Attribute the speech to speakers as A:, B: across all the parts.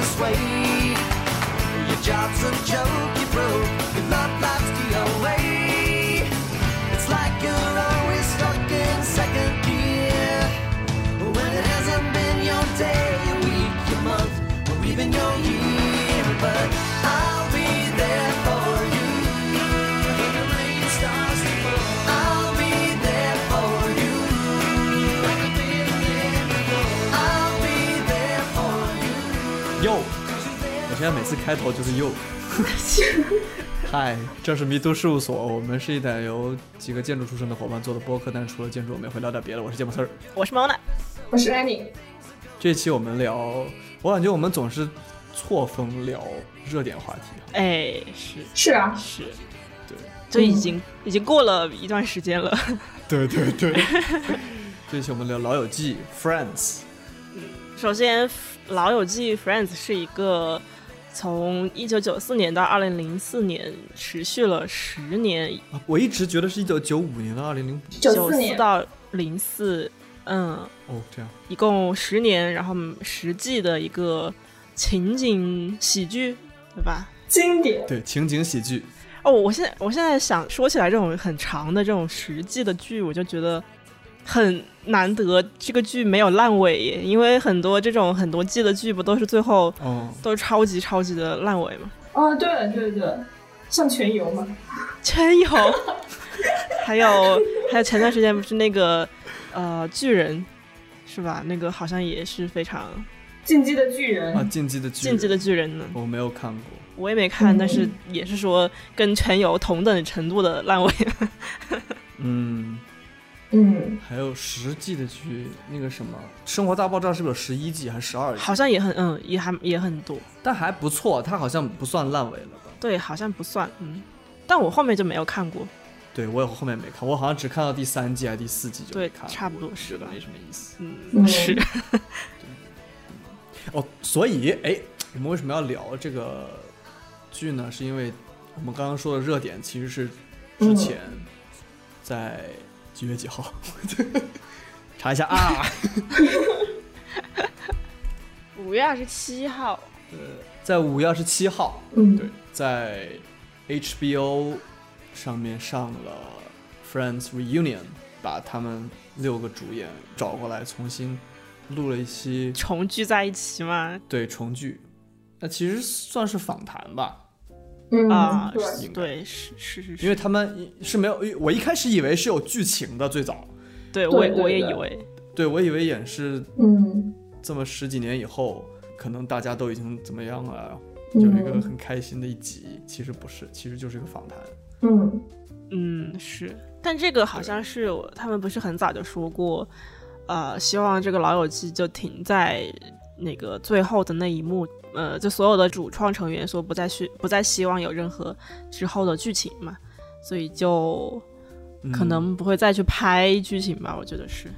A: away. Your job's a joke, you broke. Your love life's the away. It's like you're always stuck in second gear. When it hasn't been your day, your week, your month, or even your year. But I'll be there for you. When the rain starts to fall, I'll be there for you. Like I've been there before. I'll be there for you.
B: 哟，我现在每次开头就是 哟。嗨，这是迷都事务所，我们是一档由几个建筑出身的伙伴做的播客，但除了建筑，我们也会聊点别的。我是芥末丝儿，
C: 我是猫奶，
D: 我是 Annie，
B: 这期我们聊，我感觉我们总是错峰聊热点话题，啊
C: 哎，是
D: 是啊，
C: 是，
B: 对，
C: 就已经、已经过了一段时间了，
B: 对对对。 这期我们聊《老友记》Friends，
C: 首先，《老友记》Friends 是一个从一九九四年到二零零四年持续了十年，
B: 啊我一直觉得是一九九五年到二零零
D: 九四
C: 四
D: 年
C: 到零四，嗯，
B: 哦这样，
C: 一共十年，然后十季的一个情景喜剧，对吧？
D: 经典，
B: 对情景喜剧，
C: 哦，我现在我现在想说起来这种很长的这种十季的剧，我就觉得很难得，这个剧没有烂尾耶，因为很多这种很多季的剧不都是最后
B: 哦，
C: 都是超级超级的烂尾吗？
D: 哦，对对对，像全游嘛，
C: 全有， 还有还有前段时间不是那个呃巨人是吧？那个好像也是非常
D: 进击的巨人，
B: 啊，进击的巨人
C: 进击的巨人呢，
B: 我没有看过，
C: 我也没看，
D: 嗯
C: 但是也是说跟全游同等程度的烂尾。
B: 嗯，
D: 嗯，
B: 还有十季的剧，那个什么《生活大爆炸》是不是有十一季还是十二季？
C: 好像也很嗯，也还也很多，
B: 但还不错，它好像不算烂尾了吧？
C: 对，好像不算，嗯，但我后面就没有看过，
B: 对我也后面没看，我好像只看到第三季还是第四季就没
C: 对
B: 看，了，
C: 差不多是吧？
B: 没什么意思。
C: 嗯，
D: 嗯
C: 是，
B: 哦，所以哎，我们为什么要聊这个剧呢？是因为我们刚刚说的热点其实是之前
C: 嗯
B: 在几月几号？ 查一下啊，
C: 五月二十七号，
B: 在五月二十七号，
D: 嗯
B: 对，在 HBO 上面上了《Friends Reunion》，把他们六个主演找过来，重新录了一期
C: 重聚在一起嘛，
B: 对重聚，那其实算是访谈吧，
D: 嗯
C: 啊
D: 对，，
B: 应该
C: 对，是是是
B: 因
C: 是，
B: 为他们是没有，我一开始以为是有剧情的，最早，
C: 对我也
D: 对对
C: 我也
D: 对
C: 以为，
B: 对我以为演示
D: 嗯，
B: 这么十几年以后，可能大家都已经怎么样了，
D: 嗯
B: 有一个很开心的一集，其实不是，其实就是一个访谈，
D: 嗯
C: 嗯，是，但这个好像是我他们不是很早就说过，呃，希望这个老友记就停在那个最后的那一幕，呃，就所有的主创成员说不再希不再希望有任何之后的剧情嘛，所以就
B: 嗯
C: 可能不会再去拍剧情吧，我觉得是。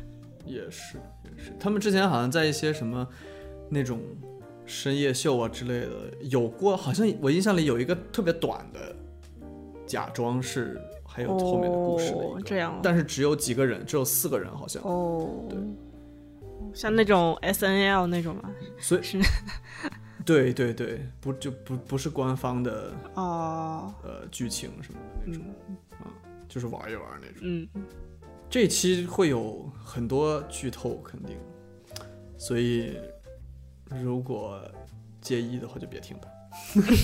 B: 也是也是，他们之前好像在一些什么那种深夜秀啊之类的有过，好像我印象里有一个特别短的，假装是还有后面的故事的一个
C: 哦这样哦
B: 但是只有几个人，只有四个人好像，
C: 哦，
B: 对，
C: 像那种 S N L 那种嘛，
B: 所以
C: 是
B: 对对对，不就不不是官方的
C: 哦，
B: 呃剧情什么的那种，啊，就是玩一玩那种。
C: 嗯，
B: 这期会有很多剧透，肯定，所以如果介意的话就别听吧。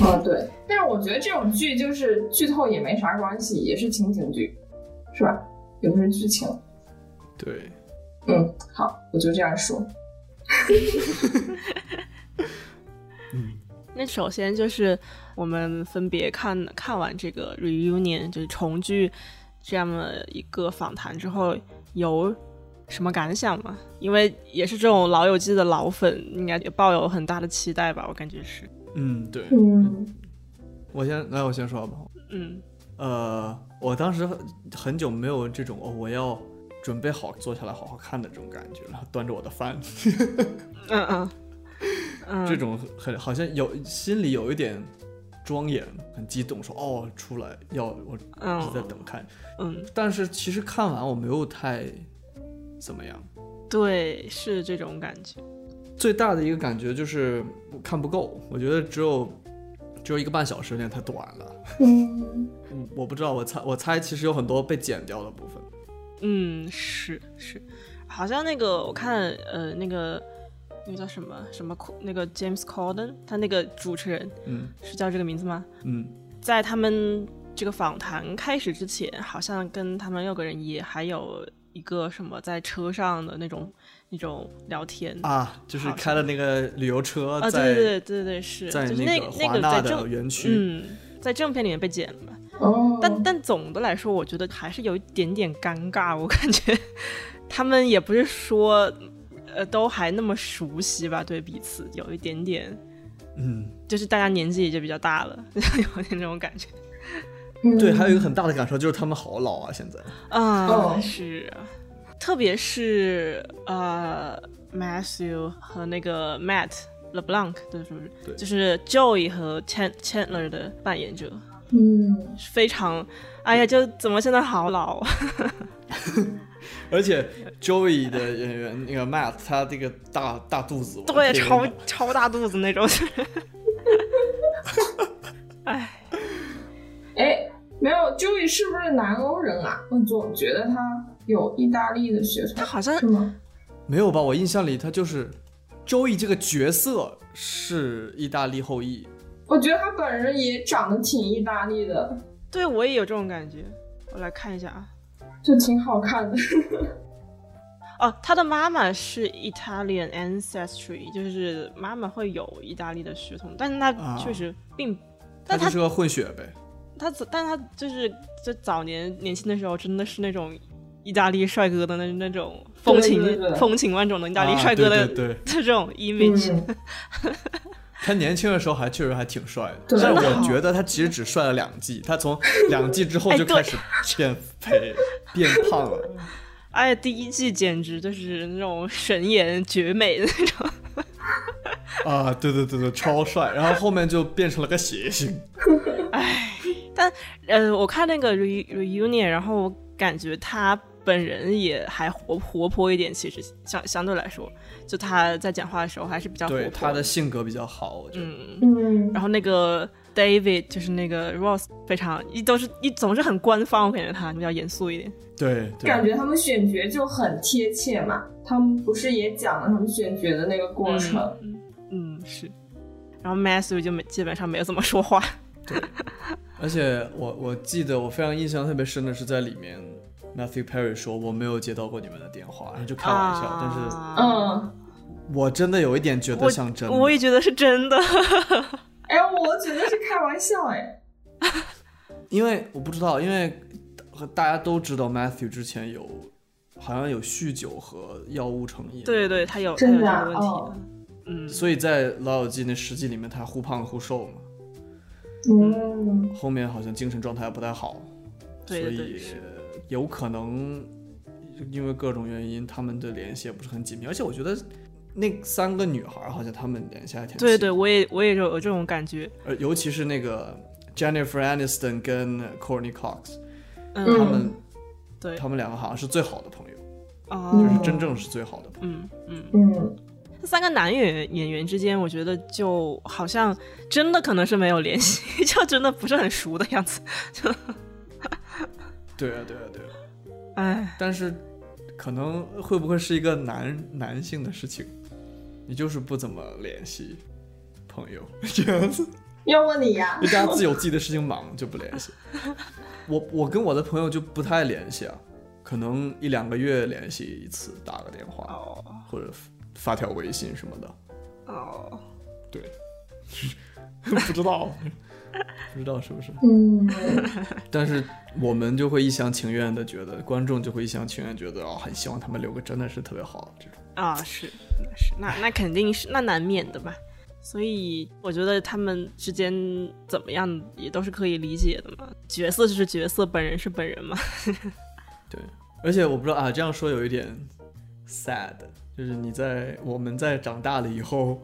D: 哦对，但是我觉得这种剧就是剧透也没啥关系，也是情景剧，是吧？也不是剧情，
B: 对，
D: 嗯，好，我就这样说，
B: 嗯，
C: 那首先就是我们分别看看完这个 reunion，就是重聚这么一个访谈之后，有什么感想吗？因为也是这种老友记的老粉，应该也抱有很大的期待吧，我感觉是。
B: 嗯，对，
D: 嗯
B: 我先来，我先说吧。
C: 嗯，
B: 呃，我当时很很久没有这种哦，我要准备好坐下来好好看的这种感觉，然后 端着我的饭，
C: 嗯嗯嗯，
B: 这种很好像有心里有一点庄严，很激动，说哦出来要我一直在
C: 嗯
B: 等看，
C: 嗯，
B: 但是其实看完我没有太怎么样。
C: 对，是这种感觉。
B: 最大的一个感觉就是我看不够，我觉得只有只有一个半小时有点太短了。
D: 嗯，
B: 嗯， 我不知道，我猜我猜其实有很多被剪掉的部分。
C: 嗯，是是，好像那个我看呃那个那个叫什么什么那个 James Corden，他那个主持人
B: 嗯
C: 是叫这个名字吗？
B: 嗯
C: 在他们这个访谈开始之前，好像跟他们六个人也还有一个什么在车上的那种那种聊天
B: 啊，就是
C: 好
B: 开了那个旅游车
C: 啊，
B: 在
C: 对对对对对是，
B: 在
C: 就是
B: 那
C: 那
B: 个
C: 那
B: 华
C: 个
B: 纳
C: 在
B: 的
C: 正
B: 园区，
C: 嗯，在正片里面被剪了嘛。
D: 哦，
C: 但但总的来说，我觉得还是有一点点尴尬。我感觉他们也不是说，呃，都还那么熟悉吧，对彼此有一点点，
B: 嗯
C: 就是大家年纪也就比较大了， 有点那种感觉。
D: 嗯
B: 对，还有一个很大的感受就是他们好老啊，现在。
C: 啊、
D: 哦
C: 是啊，特别是呃，Matthew 和那个 Matt LeBlanc，对，是不是？
B: 对
C: 就是 Joey 和 Chan- Chandler 的扮演者，
D: 嗯，
C: 非常，哎呀，就怎么现在好老啊？
B: 而且 Joey 的演员那个 Matt，他这个大大肚子，我
C: 对，
B: 天
C: 超
B: 哪
C: 超大肚子那种。哎，
D: 哎，没有，Joey 是不是南欧人啊？我总觉得他有意大利的血
C: 他
D: 统，
C: 好像
B: 嗯
D: 是吗？
B: 没有吧？我印象里他就是 Joey 这个角色是意大利后裔，
D: 我觉得他本人也长得挺意大利的，
C: 对我也有这种感觉。我来看一下啊，
D: 就挺好看的。
C: 哦，他的妈妈是 Italian ancestry，就是妈妈会有意大利的血统，但是他
B: 啊
C: 确实并，
B: 他
C: 但
B: 就
C: 他
B: 是个混血呗。
C: 他早但他就是就早年年轻的时候，真的是那种意大利帅哥的那那种风情
D: 对对对
C: 风情万种的意大利帅哥
B: 啊、
C: 的、
B: 对对对，
C: 这种 image，、
D: 嗯，
B: 他年轻的时候还确实还挺帅的，
D: 对
B: 但
C: 真的
B: 我
C: 好
B: 觉得他其实只帅了两季，他从两季之后
C: 哎
B: 就
C: 对
B: 开始变肥、变胖了。
C: 哎，第一季简直就是那种神颜绝美的那种。
B: 啊，对对对对，超帅，然后后面就变成了个谐星。
C: 呃，我看那个 re reunion，然后我感觉他本人也还活活泼一点，其实相相对来说，就他在讲话的时候还是比较活
B: 对，
C: 泼
B: 他的性格比较好，我觉得。
C: 嗯。
D: 嗯，
C: 然后那个 David 就是那个 Ross，非常一都是一总是很官方，我感觉他比较严肃一点。
B: 对，对
D: 感觉他们选角就很贴切嘛。他们不是也讲了他们选角的那个过程？
C: 嗯，是。然后 Matthew 就没基本上没有怎么说话。
B: 而且我我记得我非常印象特别深的是在里面，Matthew Perry 说我没有接到过你们的电话，然后就开玩笑，但
C: 啊
D: 嗯，
B: 是我真的有一点觉得像真的。
C: 我也觉得是真的。
D: 哎，我觉得是开玩笑哎。
B: 因为我不知道，因为大家都知道 Matthew 之前有好像有酗酒和药物成瘾，
C: 对对，他有他有
D: 真
C: 这
D: 的啊
C: 个问题
D: 哦
C: 的。嗯，
B: 所以在《老友记》那十集里面，他忽胖忽瘦嘛，
D: 嗯，
B: 后面好像精神状态不太好，
C: 对对
B: 所以
C: 是
B: 有可能因为各种原因，他们的联系也不是很紧密。而且我觉得那三个女孩好像她们联系还挺
C: 对
B: 紧
C: 对，，我也我也有这种感觉。
B: 呃，尤其是那个 Jennifer Aniston 跟 Courtney Cox，
C: 嗯，
B: 她
D: 嗯
B: 们
C: 对，
B: 她们两个好像是最好的朋友，
C: 哦
B: 就是真正是最好的朋友。
C: 嗯嗯，
D: 嗯，
C: 这三个男演员演员之间，我觉得就好像真的可能是没有联系， 就真的不是很熟的样子。
B: 对啊，对啊，对啊。
C: 哎，
B: 但是可能会不会是一个男男性的事情？你就是不怎么联系朋友 这样子。
D: 要问你呀
B: 因为。大家自有自己的事情忙，就不联系。我我跟我的朋友就不太联系啊，可能一两个月联系一次，打个电话
C: 哦
B: 或者发条微信什么的。
C: 哦，
B: 对， 不知道， 不知道是不是？
D: 嗯，
B: 但是我们就会一厢情愿的觉得，观众就会一厢情愿地觉得哦，很希望他们留个真的是特别好这种。
C: 啊，是，那是，那那肯定是，那难免的嘛。所以我觉得他们之间怎么样也都是可以理解的嘛。角色就是角色，本人是本人嘛。
B: 对，而且我不知道啊，这样说有一点 sad，就是你在我们在长大了以后，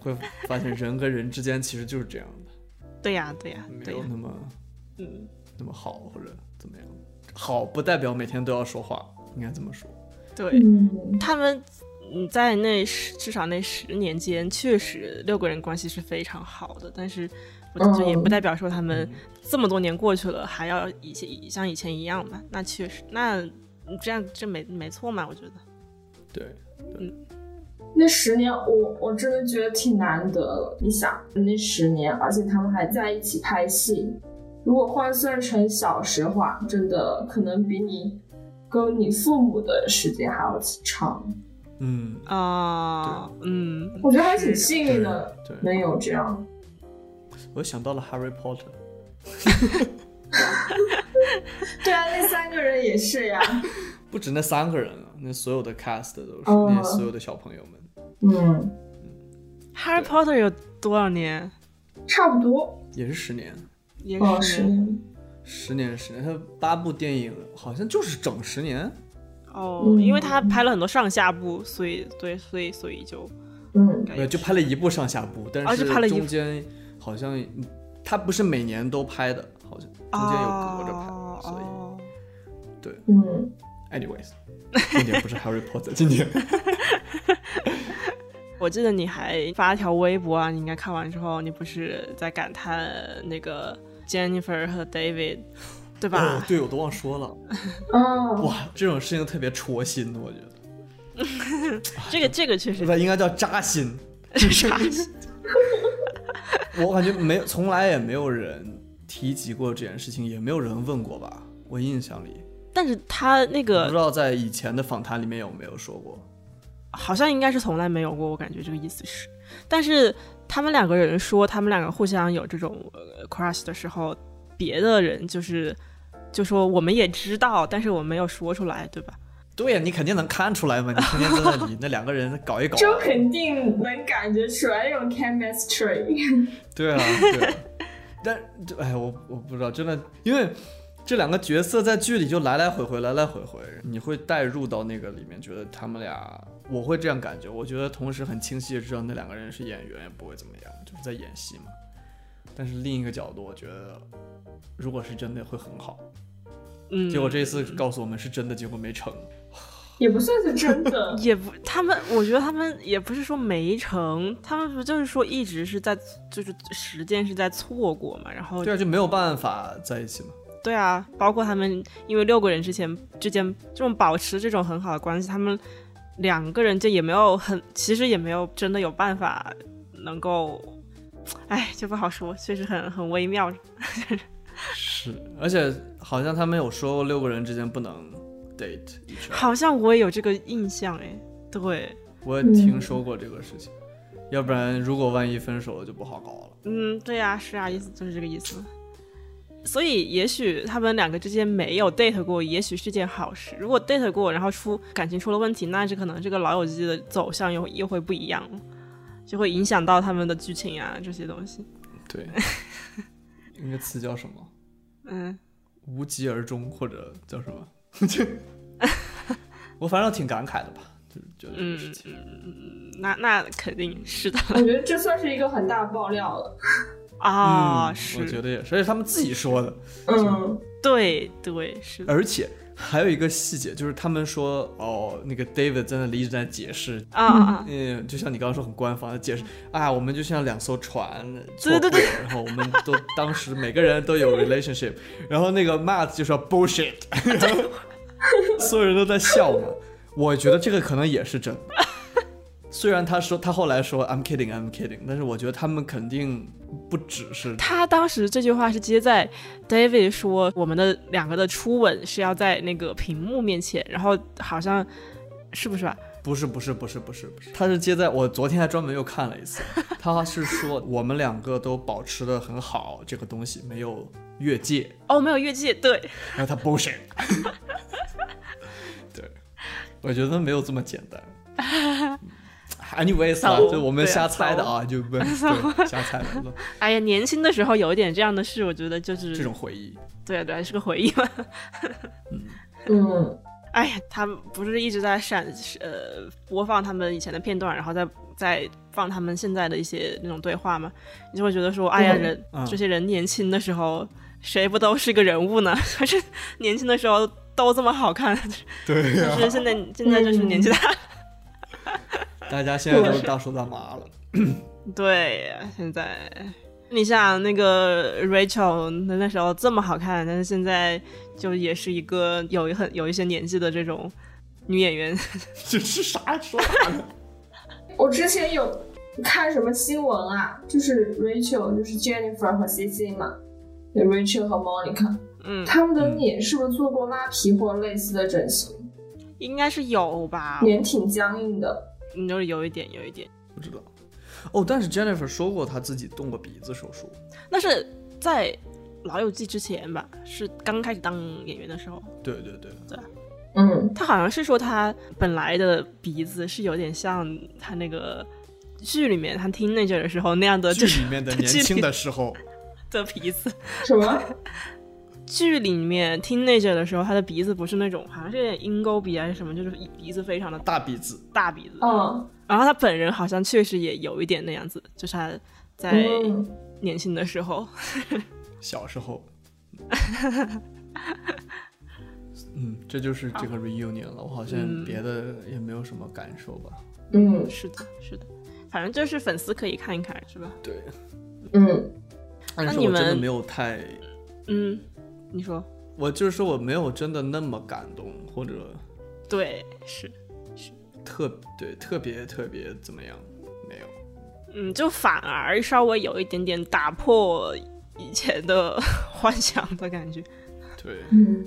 B: 会发现人跟人之间其实就是这样的，
C: 对呀、对呀、
B: 没
C: 对呀、
B: 有那么
C: 嗯，
B: 那么好或者怎么样。好不代表每天都要说话，应该这么说。
C: 对。
D: 嗯，
C: 他们你在那十至少那十年间，确实六个人关系是非常好的，但是我觉得也
D: 嗯
C: 不代表说他
B: 嗯
C: 们这么多年过去了，还要以前像以前一样吧？那确实，那你这样这没没错嘛？我觉得，
B: 对，
D: 那十年，我我真的觉得挺难得了。你想，那十年，而且他们还在一起拍戏，如果换算成小时的话，真的可能比你跟你父母的时间还要长。
B: 嗯，
C: 啊、嗯，
D: 我觉得还挺幸运的，
B: 对，
D: 能有这样。
B: 我想到了 Harry Potter，
D: 对啊，那三个人也是呀。
B: 不止那三个人啊，那所有的 cast 都是、
D: 哦
B: 那所有的小朋友们，
D: 嗯，
C: Harry Potter 有多少年？
D: 差不多。
B: 也是十年，
C: 也
D: 哦，
C: 是
D: 十年。
B: 十年十年，他八部电影好像就是整十
C: 哎
B: 年，
C: 哦，
D: 嗯
C: 因为他拍了很多上下部，所以对，所以所以就
D: 嗯
B: 没有就拍了一部上下部，但
C: 哦
B: 是
C: 就拍了一部
B: 中间好像他不是每年都拍的，好像中间有隔着拍，
C: 哦
B: 所以
C: 哦
D: 嗯，
B: anyways，重点不是 Harry Potter，今 年
C: 我记得你还发了条微博啊，你应该看完之后，你不是在感叹那个 Jennifer 和 David，对
B: 哦
C: 吧？，
B: 对我都忘说了，
D: 啊，
B: 哇，这种事情特别戳心，我觉得。
C: 这个这个确
B: 是
C: 实
B: 吧？应该叫扎心。
C: 是啥？
B: 我感觉没有，从来也没有人提及过这件事情，也没有人问过吧。我印象里，
C: 但是他那
B: 不知
C: 个
B: 道在以前的访谈里面有没有说过。
C: 好像应该是从来没有过，我感觉这个意思是。但是他们两个人说他们两个互相有这种呃 crush 的时候，别的人就是就说我们也知道，但是我们没有说出来，对吧？
B: 对呀，你肯定能看出来嘛！你天天在那里，那两个人搞一搞。
D: 这肯定能感觉出来那种 chemistry。
B: 对啊，对啊。 但就哎，我我不知道，真的，因为这两个角色在剧里就来来回回，来来回回，你会带入到那个里面，觉得他们俩，我会这样感觉。我觉得同时很清晰的知道那两个人是演员，也不会怎么样，就是在演戏嘛。但是另一个角度，我觉得如果是真的会很好。
C: 嗯，，
B: 结果这次告诉我们是真的，结果没成。
D: 也不算是真的
C: 也不，他们我觉得他们也不是说没成，他们不就是说一直是在就是时间是在错过嘛，然后
B: 对啊，就没有办法在一起嘛。
C: 对啊，包括他们因为六个人之前之间这种保持这种很好的关系，他们两个人就也没有很，其实也没有真的有办法能够，哎，就不好说，确实很很微妙。
B: 是，而且好像他们有说过六个人之间不能 date 一圈。
C: 好像我也有这个印象哎，对，
B: 我也听说过这个事情，要不然如果万一分手了就不好搞了。
C: 嗯，对呀、是啊，意思就是这个意思。所以，也许他们两个之间没有 date 过，也许是件好事。如果 date 过，然后出感情出了问题，那这可能这个老友记的走向又又会不一样了，就会影响到他们的剧情啊这些东西。
B: 对， 那个词叫什么？
C: 嗯，
B: 无疾而终，或者叫什么？ 我反正挺感慨的吧，就是觉得这个事情。
C: 嗯那那肯定是的
D: 我觉得这算是一个很大爆料了。
C: 啊，
B: 嗯我觉
C: 是，
B: 得也是，而且他们自己说的，
D: 嗯，
C: 对对是的
B: 而且还有一个细节，就是他们说哦，那个 David 在那里一直在解释，
C: 啊啊啊，
B: 嗯，就像你刚刚说很官方的解释啊，我们就像两艘船错
C: 嗯对对对
B: 过了然后我们都当时每个人都有 relationship，然后那个 Matt 就说 bullshit，然 后所有人都在笑嘛。我觉得这个可能也是真的，虽然他说他后来说 I'm kidding I'm kidding，但是我觉得他们肯定不只是
C: 他当时这句话是接在 David 说我们的两个的初吻是要在那个屏幕面前，然后好像是不是吧？
B: 不是不是不是不是不是，他是接在我昨天还专门又看了一次，他是说我们两个都保持的很好，这个东西没有越界。
C: 哦，没有越界，对，
B: 然后他 bullshit。对，我觉得没有这么简单。Anyways 啊，
C: 骚
B: 就我们
C: 对啊
B: 瞎猜的啊，就 不对瞎猜的
C: 哎呀，年轻的时候有一点这样的事，我觉得就是
B: 这种，回忆。
C: 对啊对啊，是个回忆嘛。
D: 嗯，
C: 哎呀，他们不是一直在闪呃播放他们以前的片段，然后再再放他们现在的一些那种对话嘛，你就会觉得说，哎呀，
D: 嗯
C: 人、
B: 嗯
C: 这些人年轻的时候谁不都是个人物呢？ 可是年轻的时候都这么好看，
B: 对啊 嗯
C: 可是现在现在就是年纪大，
B: 大家现在都是大叔大妈 了。
C: 对，现在你想那个 Rachel 那那时候这么好看，但是现在就也是一个有一很有一些年纪的这种女演员。
B: 这是 啥说啥呢？
D: 我之前有看什么新闻啊，就是 Rachel，就是 Jennifer 和 CC 嘛，有 Rachel 和 Monica，
C: 嗯，
D: 他们的脸是不是做过拉皮或类似的整形？
C: 应该是有吧？
D: 脸挺僵硬的。
C: 嗯，就是有一点，有一点。
B: 不知道。哦，但是 Jennifer 说过她自己动过鼻子手术，
C: 那是在《老友记》之前吧，是刚开始当演员的时候，
B: 对对对，
D: 嗯，
C: 他好像是说他本来的鼻子是有点像他那个剧里面他 teenager 的时候那样的，
B: 剧
C: 就是
B: 里面的
C: 在
B: 年
C: 剧里
B: 轻的时候，
C: 的鼻子。
D: 什么？
C: 剧里面 teenager 的时候，他的鼻子不是那种，好像是有点鹰钩鼻还是什么，就是鼻子非常的大
B: 大鼻子，
C: 大鼻子。
D: 嗯
C: 然后他本人好像确实也有一点那样子，就是他在
D: 嗯，
C: 年轻的时候，
B: 小时 候。嗯，这就是这个 reunion 了。我好像
C: 嗯
B: 别的也没有什么感受吧。
D: 嗯
C: 是的，是的。反正就是粉丝可以看一看，是吧？
B: 对，
D: 嗯
B: 但
C: 那
B: 是
C: 你
B: 我真的
C: 们
B: 没有太，
C: 嗯，你说
B: 我就是说我没有真的那么感动，或者
C: 对，是，
B: 特对特别特别怎么样，没有。
C: 嗯，就反而稍微有一点点打破以前的 幻想的感觉，
B: 对，
D: 嗯，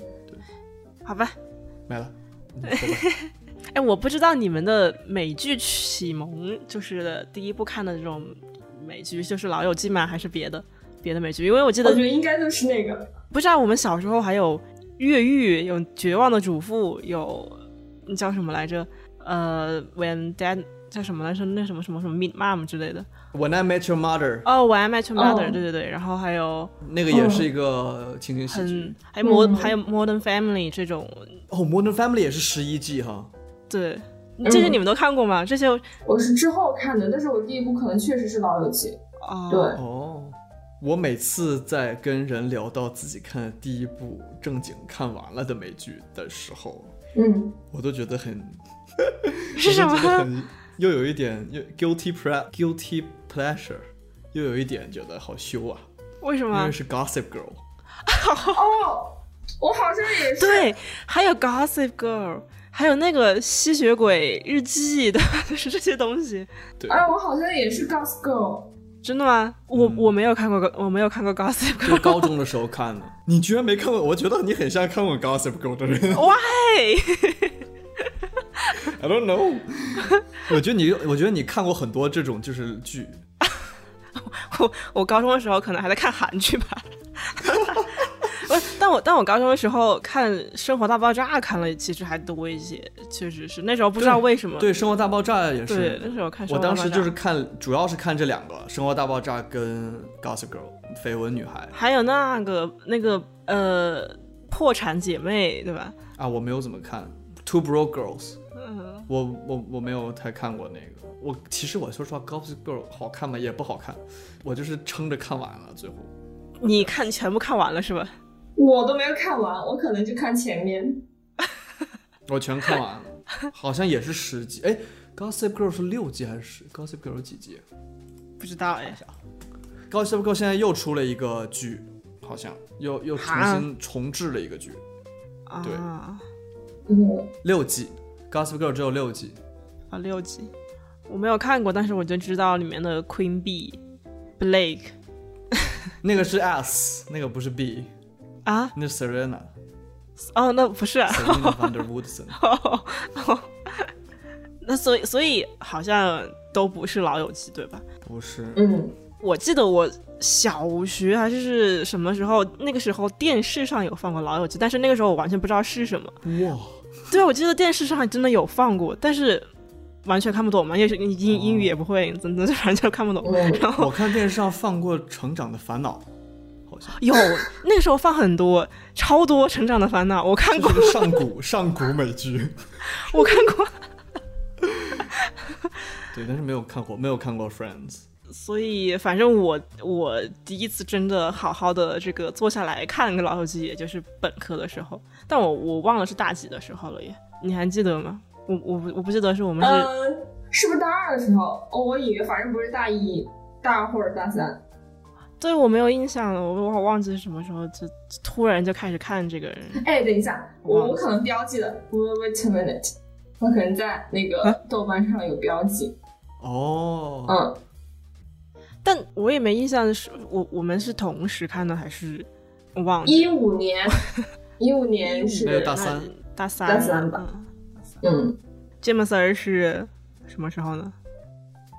C: 好吧？
B: 没了。你说吧
C: 哎，我不知道你们的美剧启蒙就是第一部看的这种美剧，就是《老友记》吗？还是别的别的美剧？因为我记
D: 我
C: 得
D: 觉得应该就是那个。
C: 不知道我们小时候还有越狱，有绝望的主妇，有那叫什么来着？呃，When Dad 叫什么来着？那什么什么什么 Meet Mom 之类的。
B: When I Met Your Mother，
C: 哦，我爱 Met Your Mother，、
D: 哦
C: 对对对。然后还有
B: 那个也
C: 哦
B: 是一个情景喜剧
C: 很。还有 Mod、
D: 嗯
C: 还有 Modern Family 这种，
B: 哦，《Modern Family》也是十一季哈。
C: 对，
D: 嗯
C: 这些你们都看过吗？这些
D: 我是之后看的，但是我第一部可能确实是《老友记》。
C: 哦，
D: 对，
B: 哦，我每次在跟人聊到自己看第一部正经看完了的美剧的时候，
D: 嗯，
B: 我都觉得很，
C: 是什
B: 我都觉得
C: 么？
B: 很又有一点又 guilty pre guilty pleasure，又有一点觉得好羞啊，
C: 为什
B: 因
C: 么
B: 为？是 Gossip Girl。
D: 哦，我好像 也是。
C: 对，还有 Gossip Girl，还有那个吸血鬼日记，对吧？就是这些东西。
B: 对，
D: 哎，我好像也是《Gossip Girl》。
C: 真的吗？我、
B: 嗯
C: 我没有看过，我没有看过 Gossip
B: 就
C: Girl。
B: 高中的时候看的。你居然没看过？我觉得你很像看过 Gossip Girl 的 人。
C: Why？
B: I don't know 。我觉得你，我觉得你看过很多这种就是剧。
C: 我我高中的时候可能还在看 韩剧吧。我但我但我高中的时候看《生活大爆炸》看了，其实还多一些，确实是那时候不知道为什么。
B: 对，《生活大爆炸》也
C: 对
B: 是。
C: 那时候看《生
B: 我
C: 活大
B: 当
C: 爆炸》，
B: 时就是看，主要是看这两个，《生活大爆炸》跟《Gossip Girl》绯闻女孩
C: 还有那个那个呃破产姐妹，对吧？
B: 啊，我没有怎么看。Two Bro Girls，
C: 嗯，
B: 我我我没有太看过那个。我其实我说实话，《Gossip Girl》好看吗？也不好看，我就是撑着看完了最后。
C: 你看全部看完了是吧？
D: 我都没有看完，我可能就看前面。
B: 我全看完 了，好像也是十集。哎，《Gossip Girl》是六季还是十？Gossip Girl》有几集？
C: 不知道哎，
B: 《Gossip Girl》现在又出了一个剧，好像又又重
C: 哈
B: 新重置了一个剧，对
C: 啊，
D: 嗯，
B: 六季，《Gossip Girl》只有六季。
C: 啊，六集，我没有看过，但是我就知道里面的 Queen B、Blake
B: 那个是 S，那个不是 B，
C: 啊，
B: 那是 Serena
C: 哦，那不是、啊，
B: Serena Van der Woodson。
C: 那所以所以好像都不是老友记对吧？
B: 不是，
D: 嗯，
C: 我记得我小学还是什么时候，那个时候电视上有放过老友记，但是那个时候我完全不知道是什么。
B: 哇，
C: 对，啊我记得电视上真的有放过，但是完全看不懂嘛，也是英英英语也不会，怎么怎么反正就看不懂。
D: 嗯
C: 然后
B: 我看电视上放过《成长的烦恼》，好像
C: 有那个时候放很多，超多《成长的烦恼》，我看
B: 这
C: 过
B: 是个上 古上古美 剧。
C: 我看过，
B: 对，但是没有看过，没有看过《Friends
C: 所以反正我我第一次真的好好的这个坐下来看个老友记，也就是本科的时候，但嗯我我忘了是大几的时候了耶，你还记得吗？我我不我不记得是我们是、
D: 呃，是不是大二的时候？哦，我以为反正不是大一、大二或者大三。
C: 对我没有印象了，我我忘记是什么时候就突然就开始看这个人。
D: 哎，等一下，
C: 哇
D: 我我可能标记了。Wait wait a minute，我可能在那
C: 啊
D: 个豆瓣上有标记。
B: 哦，
D: 嗯，
C: 但我也没印象是我我们是同时看的还是我忘记
D: 一五年，一五年
B: 没有
D: 是
B: 大三，
C: 大三
D: 大三吧
C: 嗯、
D: 嗯，
C: James 儿是什么时候呢？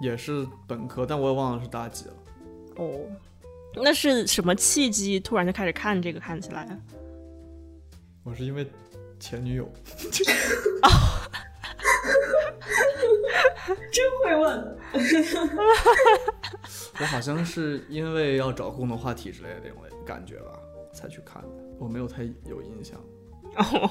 B: 也是本科，但我也忘了是大几了。
C: 哦，那是什么契机突然就开始看这个？看起 来
B: 我是因为前女友，
D: 真会问。
B: 我好像是因为要找共同话题之类的那种感觉吧，才去看的。我没有太有印象，
C: 哦，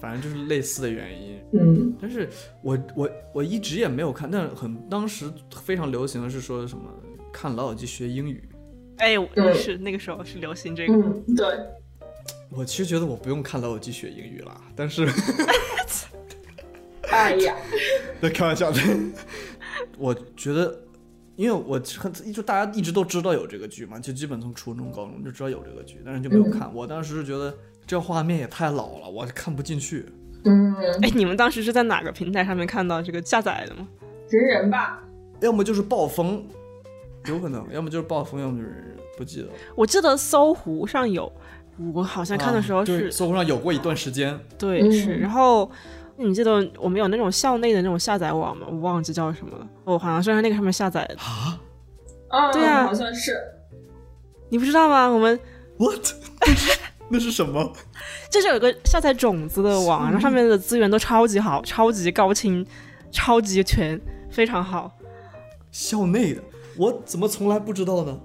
B: 反正就是类似的原因。
D: 嗯，
B: 但是我我我一直也没有看，但很当时非常流行的是说什么看《老友记》学英语。
C: 哎，我
D: 对
C: 是那个时候是流行这个，
D: 嗯，对，
B: 我其实觉得我不用看《老友记》学英语啦，但是
D: 哎呀，
B: 那开玩笑的，我觉得。因为我很就大家一直都知道有这个剧嘛，就基本从初中、高中就知道有这个剧，但是就没有看。我当时是觉得这画面也太老了，我看不进去。
D: 嗯，
C: 哎，你们当时是在哪个平台上面看到这个下载的吗？
D: 人人吧，
B: 要么就是暴风，有可能；要么就是暴风，要么就是人人不记得了。
C: 我记得搜狐上有，我好像看的时候
B: 啊
C: 是、
B: 对搜狐上有过一段时间，
C: 对
D: 嗯
C: 是，然后你记得我们有那种校内的那种下载网吗？我忘记叫什么了，我好像是在那个上面下载 的，
D: 啊，
C: 对啊
D: 好像是。
C: 你不知道吗？我们
B: What？那是什么？
C: 就是有一个下载种子的 网，然后上面的资源都超级好，超级高清，超级全，非常好。
B: 校内的，我怎么从来不知道呢？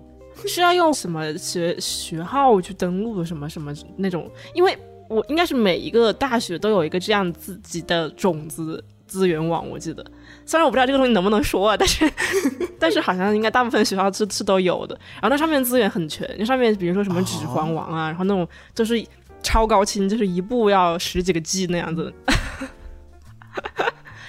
C: 是要用什么学学号去登录什么什么那种，因为我应该是每一个大学都有一个这样自己的种子资源网，我记得。虽然我不知道这个东西能不能说啊，但是 但是好像应该大部分学校是是都有的。然后那上面资源很全，那上面比如说什么
B: 哦
C: 指环王啊，然后那种就是超高清，就是一部要十几个 G 那样子。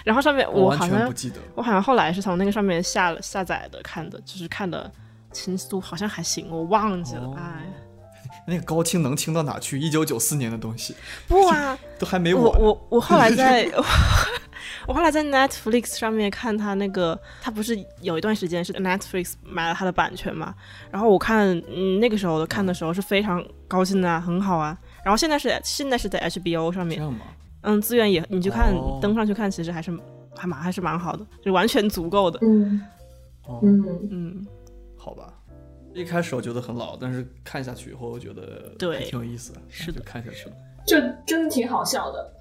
C: 然后上面我
B: 完
C: 好
B: 全
C: 像
B: 不记得。
C: 我好像后来是从那个上面下了下载的看的，就是看的清速好像还行，我忘记了。
B: 哦
C: 哎，
B: 那个高清能清到哪去？一九九四年的东西
C: 不 啊，
B: 都还没
C: 我
B: 呢
C: 我我后来 在我我后来在 Netflix 上面看他那个，他不是有一段时间是 Netflix 买了他的版权嘛？然后我看，嗯，那个时候的看的时候是非常高兴的、啊，很好啊。然后现在是现在是在 HBO 上
B: 这
C: 面，
B: 样吗？
C: 嗯，资源也你去看、
B: 哦
C: 登上去看，其实还是还蛮还是蛮好的，就完全足够的。
D: 嗯
B: 哦，
D: 嗯，
C: 嗯，
B: 好吧。一开始我觉得很老，但是看下去以后，我觉得
C: 对
B: 还挺有意思的，
C: 是的
B: 就看下去了。
D: 就真的挺好笑的。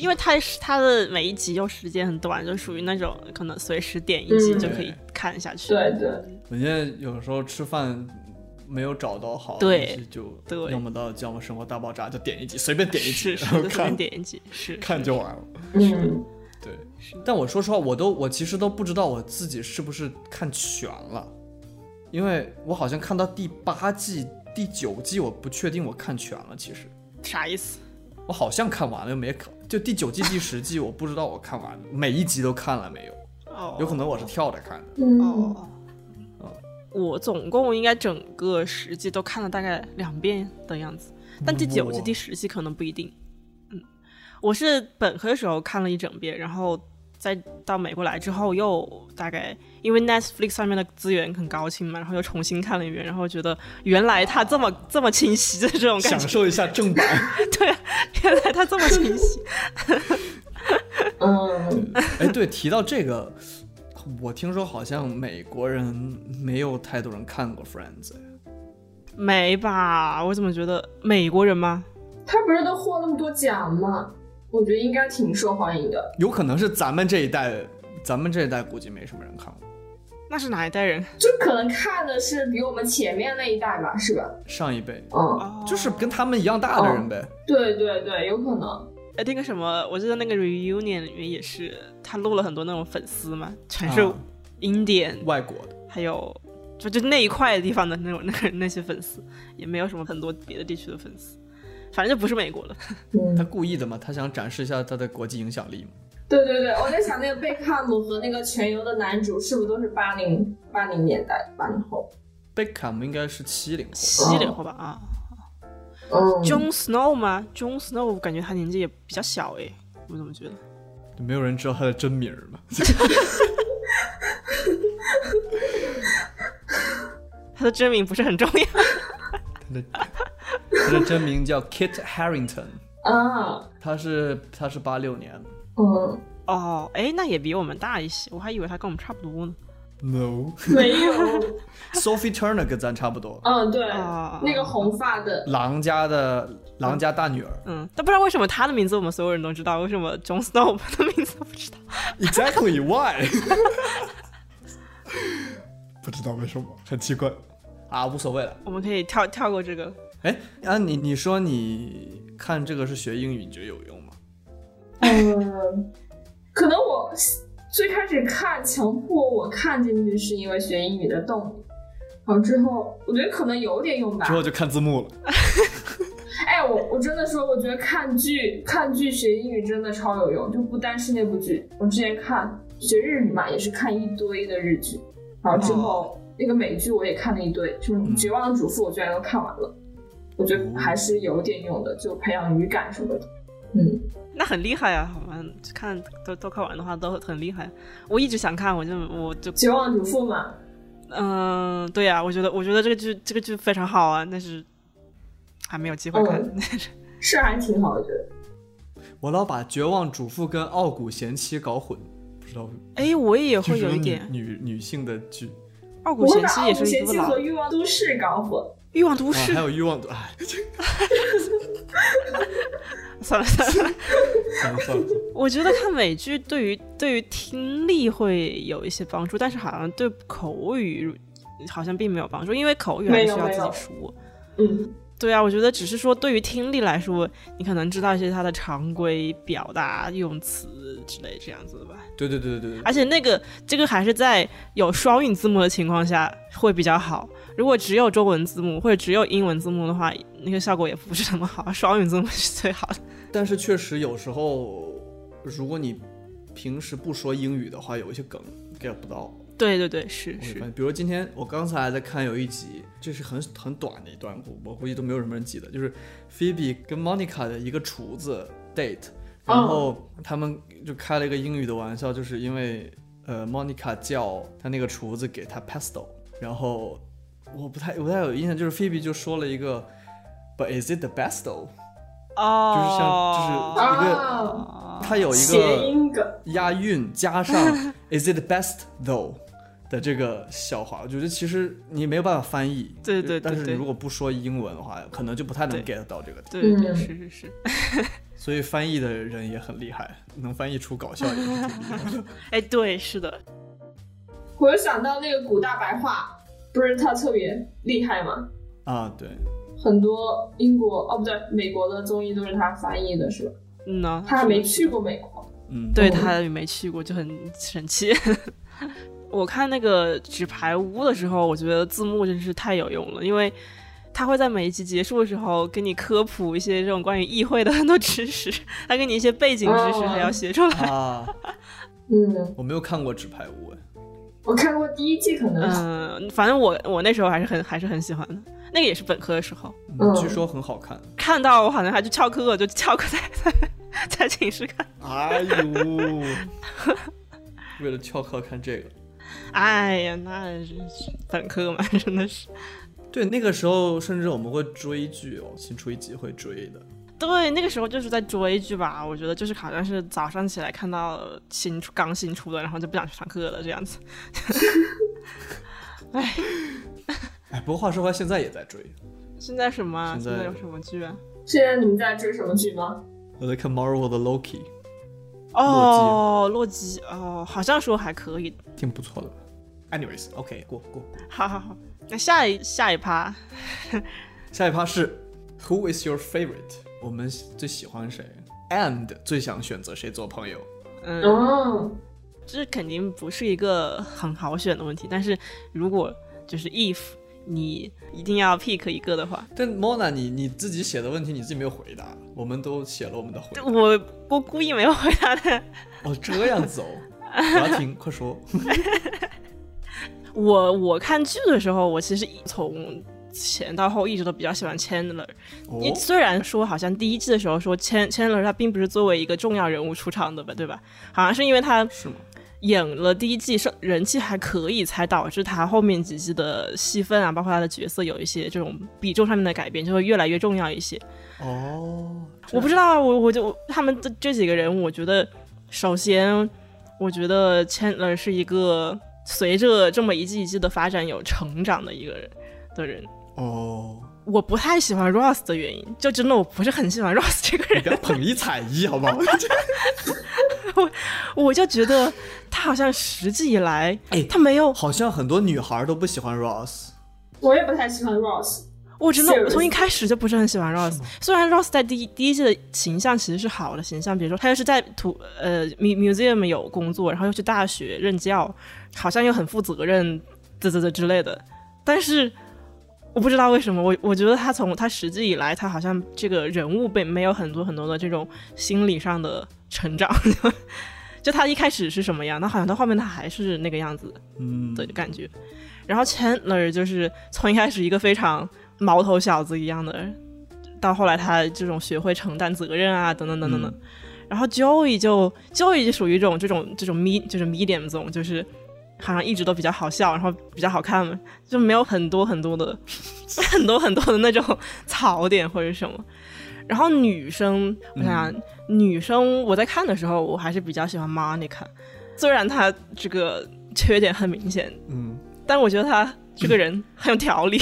C: 因为它是它的每一集又时间很短，就属于那种可能随时点一集
D: 嗯
C: 就可以看下去。
D: 对对，
B: 我现在有时候吃饭没有找到好的
C: 对
B: 东西，就
C: 对
B: 要么到要么生活大爆炸，就点一集，随便点一集，
C: 是
B: 然
C: 是
B: 后
C: 就随
B: 看
C: 便点一集，是
B: 看就完了。
D: 嗯，
B: 对
C: 是，
B: 但我说实话，我都我其实都不知道我自己是不是看全了，因为我好像看到第八季、第九季，我不确定我看全了。其实
C: 啥意思？
B: 我好像看完了，又没看，就第九季、第十季，我不知道我看完每一集都看了没有，
C: 哦，
B: 有可能我是跳着看的。
D: 嗯，
C: 哦
B: 哦。
C: 我总共应该整个十季都看了大概两遍的样子，但第九季、
B: 哇
C: 第十季可能不一定。嗯，我是本科的时候看了一整遍，然后再到美国来之后又大概因为 Netflix 上面的资源很高清嘛，然后又重新看了一遍，然后觉得原来它这么 这么清晰，就是这种感
B: 享
C: 觉。
B: 受一下正版。
C: 对，原来它这么清晰。
D: 嗯，
B: 哎，对，提到这个，我听说好像美国人没有太多人看过《Friends》哎。
C: 没吧？我怎么觉得美国人吗？
D: 他不是都获那么多奖吗？我觉得应该挺受欢迎的。
B: 有可能是咱们这一代，咱们这一代估计没什么人看过。
C: 那是哪一代人？
D: 就可能看的是比我们前面那一代吧，是吧？
B: 上一辈
D: 嗯，
C: 哦
B: 就是跟他们一样大的人呗。
D: 对对对，有可能。
C: 呃那个什么，我记得那个 reunion 里面也是，他录了很多那种粉丝嘛，全是
B: 啊
C: Indian，、
B: 外国的，
C: 还有就就那一块地方的那种那个那些粉丝，也没有什么很多别的地区的粉丝，反正就不是美国的。
B: 他
D: 嗯，
B: 故意的嘛，他想展示一下他的国际影响力嘛。
D: 对对对，我在想那个贝克汉姆和那个全游的男主是不是都是八零八零年代八零后？
B: 贝克汉姆应该是七零后，
C: 七零后吧啊。
D: 嗯
C: Jon Snow 吗？Jon Snow 我感觉他年纪也比较小哎，我怎么觉得？
B: 就没有人知道他的真名儿嘛。
C: 他的真名不是很重要。
B: 他 的他的真名叫 Kit Harrington，
D: 啊
B: 他是他是八六年的。
D: 嗯，
C: 哦，哎，那也比我们大一些，我还以为他跟我们差不多呢。
B: No，Sophie
D: 没有，
B: Turner 跟咱差不多，
D: 嗯对，
C: 啊
D: 那个红发的，
B: 狼家的狼家大女儿。
C: 嗯，但不知道为什么他的名字我们所有人都知道，为什么 Jon Snow 的名字我不知道？
B: Exactly why？不知道为什么，很奇怪啊，无所谓了。
C: 我们可以跳跳过这个。
B: 哎，啊，你你说你看这个是学英语，你觉得有用吗？
D: 嗯，可能我最开始看强迫我看进去是因为学英语的动力，然后之后我觉得可能有点用吧
B: 之。后就看字幕了。
D: 哎，我我真的说，我觉得看剧看剧学英语真的超有用，就不单是那部剧，我之前看学日语嘛，也是看一堆的日剧，然后之后那个美剧我也看了一堆，什么《绝望的主妇》我居然都看完了，我觉得还是有点用的，就培养语感什么的。嗯，
C: 那很厉害啊，好吧，看都都看完的话都很厉害。嗯我一直想看，我就我就
D: 《绝望的主妇》嘛，
C: 嗯、对呀、我觉得我觉得这个剧这个剧非常好啊，但是还没有机会
B: 哦
C: 看。
D: 是还挺好的，我觉得。
B: 我老把绝望主妇跟傲骨贤妻搞混，不知道为什么。
C: 哎，我也会
B: 就
C: 有一
B: 是
C: 点。
B: 女女女性的剧
C: 傲骨
D: 我会
C: 贤
D: 把
C: 妻
D: 《傲
C: 也
D: 骨
C: 是一
D: 贤
C: 部
D: 妻》
C: 老
D: 和《欲望都市》搞混。
C: 欲望都
B: 啊，
C: 市
B: 还。有欲望的，哎，
C: 算了算了，
B: 算了算了，
C: 我觉得看美剧对于对于听力会有一些帮助，但是好像对口语好像并没有帮助，因为口语还
D: 没
C: 是
D: 有
C: 需要
D: 没
C: 自己
D: 有
C: 说。
D: 嗯，
C: 对啊，我觉得只是说对于听力来说，你可能知道一些它的常规表达、用词之类这样子的吧。
B: 对对对对对对，
C: 而且那个这个还是在有双韵字幕的情况下会比较好。如果只有中文字幕或者只有英文字幕的话，那个效果也不是很好。双韵字幕是最好的。
B: 但是确实有时候，如果你平时不说英语的话，有一些梗 get 不到。
C: 对对对，是
B: 我会
C: 是
B: 发。现，比如今天我刚才还在看有一集，这是很很短的一段，我我估计都没有什么人记得，就是 Phoebe 跟 Monica 的一个厨子 date，然
D: 哦
B: 后他们就开了一个英语的玩笑，就是因为呃 Monica 叫他那个厨子给他 pesto，然后我不太我不太有印象，就是 Phoebe 就说了一个 But is it the besto？
C: 哦，
B: 就是一个呃
D: 啊，
B: 它有一
D: 谐
B: 个
D: 音梗。
B: 押韵加 上 is it best though 的这个笑话，我觉得其实你没有办法翻译。
C: 对对对
B: 但是你
C: 对
B: 如果不说英文的话，可能就不太能 get 到这个点。
C: 对对对，
D: 嗯
C: 是是是。
B: 所以翻译的人也很厉害，能翻译出搞笑也是挺厉害的。
C: 哎，对，是的。
D: 我又想到那个古大白话，不是他特别厉害吗？
B: 啊，对，
D: 很多英国哦不对，美国的综艺都是他翻译的，是吧？
C: 嗯呢，
D: 他还没去过美国。
B: 嗯，
C: 对他没去过就很生气。 我看那个《纸牌屋》的时候，我觉得字幕真是太有用了，因为他会在每一集结束的时候给你科普一些这种关于议会的很多知识，还给你一些背景知识，
D: 哦
C: 还要写出来。
B: 啊，
D: 嗯，
B: 我没有看过《纸牌屋》哎，
D: 我看过第一季，可能、
C: 嗯、反正我我那时候还是很还是很喜欢的，那个也是本科的时候
B: 嗯
D: 嗯
B: 据说很好看。
C: 看到，我好像还去翘课，就翘课在 在在寝室看。
B: 哎呦，为了翘课看这个。
C: 哎呀，那真是本科嘛，真的是。
B: 对，那个时候甚至我们会追剧哦，新出一集会追的。
C: 对，那个时候就是在追剧吧，我觉得就是好像是早上起来看到新出刚新出的，然后就不想去上课了这样子。
B: 哎，不过话说回来，现在也在追。
C: 现在什么啊？
B: 现
C: 现
B: 在
C: 在有什么剧啊？
D: 现在你们在追什么剧吗？
B: 我在看 Marvel 的 Loki，
C: 哦，洛基哦，好像说还可以。
B: 挺不错的吧？Anyways，OK，、过过。
C: 好好好，那下一下一趴，
B: 下一趴是 Who is your favorite？我们最喜欢谁？And 最想选择谁做朋友？
C: 嗯，
D: 嗯，
C: 这肯定不是一个很好选的问题，但是如果就是 if 你一定要 pick 一个的话，
B: 但 Mona，你你自己写的问题你自己没有回答，我们都写了我们的回答。
C: 我我故意没有回答的。
B: 哦，这样子哦，我要听，快说。
C: 我我看剧的时候，我其实从前到后一直都比较喜欢 Chandler。
B: 哦
C: 你虽然说好像第一季的时候说 Chan Chandler 他并不是作为一个重要人物出场的吧，对吧？好像是因为他
B: 是吗？
C: 演了第一季是人气还可以，才导致他后面几季的戏份啊，包括他的角色有一些这种比重上面的改变，就会越来越重要一些。
B: 哦，
C: 我不知道，啊我我就他们这这几个人，我觉得首先，我觉得 Chandler 是一个随着这么一季一季的发展有成长的一个人的人。
B: 哦，
C: 我不太喜欢 Ross 的原因，就真的我不是很喜欢 Ross 这个人
B: 你不，要捧一踩一，好不 好？
C: 我就觉得他好像实际以来，
B: 哎
C: 他没有
B: 好像很多女孩都不喜欢 Ross。
D: 我也不太喜欢 Ross，
C: 我真的
D: Serious
C: 我从一开始就不是很喜欢 Ross，
B: 吗
C: 虽然 Ross 在第一第一季的形象其实是好的形象，比如说他又是在图呃 mu- museum 有工作，然后又去大学任教，好像又很负责任，啧啧啧之类的。但是我不知道为什么，我我觉得他从他实际以来，他好像这个人物被没有很多很多的这种心理上的成长。 就他一开始是什么样，那好像到后面他还是那个样子，
B: 嗯，
C: 的感觉。然后 Chandler 就是从一开始一个非常毛头小子一样的，到后来他这种学会承担责任啊，等等等等等。然后 Joey 就 Joey 就属于一种这种这种 me 就是 medium 总就是好像一直都比较好笑，然后比较好看嘛，就没有很多很多的 很多很多的那种 槽点或者什么。然后女生，我想想，女生我在看的时候，我还是比较喜欢 Monica，虽然她这个缺点很明显，
B: 嗯，
C: 但我觉得他这个人很有条理。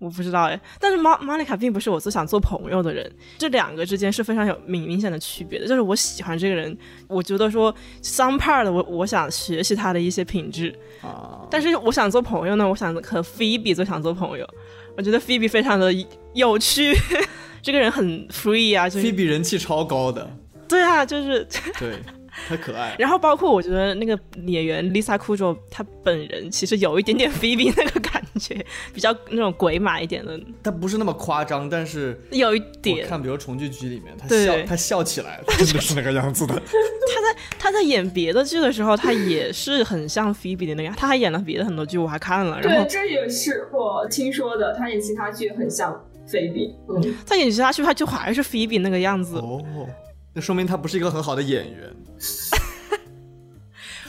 C: 我不知道哎，但是玛玛丽卡并不是我最想做朋友的人，这两个之间是非常有明明显的区别的。就是我喜欢这个人，我觉得说 some part 的我我想学习他的一些品质，
B: 啊，
C: 但是我想做朋友呢，我想和 Phoebe 最想做朋友。我觉得 Phoebe 非常的有趣， 这个人很 free 啊，就是
B: Phoebe 人气超高的，
C: 对啊，就是
B: 对，太可爱了。
C: 然后包括我觉得那个演员 Lisa Kudrow 她本人其实有一点点 Phoebe 那个感觉，比较那种鬼马一点的，
B: 她不是那么夸张，但是
C: 有一
B: 我
C: 点。
B: 看比如重聚局里面，她
C: 对
B: 笑，她笑起 来真的是那个样子的。
C: 她在演别的剧的时候，她也是很像 Phoebe 的那个，她还演了别的很多剧，我还看了。然
D: 对，
C: 后
D: 这也是我听说的。他演其他剧很像菲比，嗯，
C: 她演其他剧，她就还是 Phoebe 那个样子。
B: 哦，那说明她不是一个很好的演员。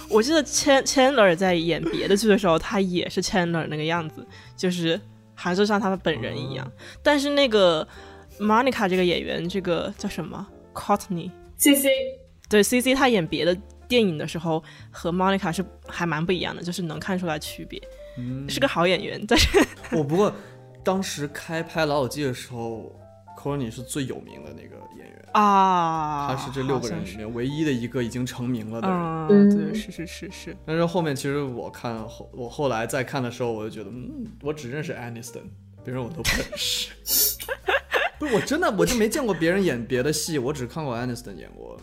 C: 我记得 Chan- Chandler 在演别的剧的时候，他也是 Chandler 那个样子，就是还是像他本人一样。
B: 哦
C: 但是那个 Monica 这个演员，这个叫什么 Courtney？
D: C C，
C: 对，C C 她演别的电影的时候和 Monica 是还蛮不一样的，就是能看出来区别。
B: 嗯
C: 是个好演员，但是
B: 我哦不过当时开拍《老友记》的时候 c o r n y 是最有名的那个演员，
C: 啊，
B: 他是这六个人
C: 好
B: 里
C: 像是
B: 面唯一的一个已经成名了的人。
C: 嗯，对，
D: 嗯
C: 是是是是，
B: 但是后面其实我看后，我后来再看的时候，我就觉得，嗯，我只认识 Aniston，别人我都不认识。 不是，我真的我就没见过别人演别的戏，我只看过 Aniston 演过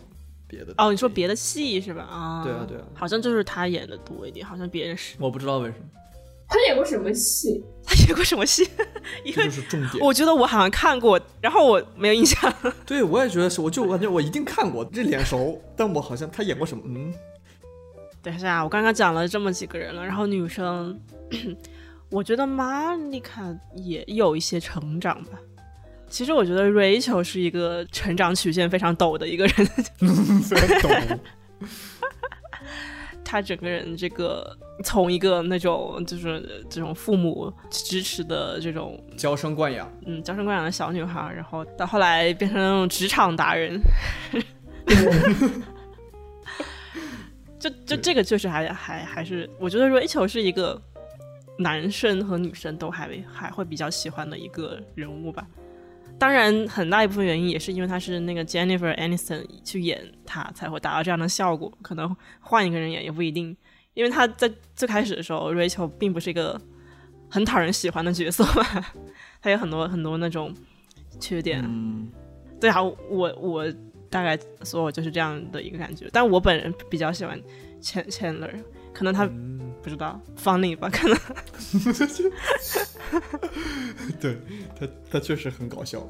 B: 别的。
C: 哦，你说别的戏是吧？啊，
B: 对啊对啊
C: 好像就是他演的多一点，好像别人是
B: 我不知道为什么，
D: 他演过什么戏？
C: 他演过什么戏？因
B: 这
C: 为
B: 就是重点。
C: 我觉得我好像看过，然后我没有印象。
B: 对，我也觉得是，我就感觉我一定看过，这脸 熟，但我好像他演过什么？嗯，
C: 等一下，我刚刚讲了这么几个人了，然后女生， 我觉得 Monica 也有一些成长吧。其实我觉得 Rachel 是一个成长曲线非常陡的一个人，
B: 虽然 懂。
C: 她整个人这个从一个那种就是这种父母支持的这种
B: 娇生惯养，
C: 嗯娇生惯养的小女孩，然后到后来变成那种职场达人，就
B: 对
C: 就这个确实还还还是，我觉得 Rachel 是一个男生和女生都还还会比较喜欢的一个人物吧。当然，很大一部分原因也是因为她是那个 Jennifer Aniston 去演她，才会达到这样的效果。可能换一个人演也不一定，因为她在最开始的时候，Rachel 并不是一个很讨人喜欢的角色嘛， 她有很多很多那种缺点。
B: 嗯，
C: 对啊，我我大概所有就是这样的一个感觉，但我本人比较喜欢 Chan- Chandler，可能他
B: 嗯
C: 不知道 funny 吧，可能
B: 对他，他确实很搞笑，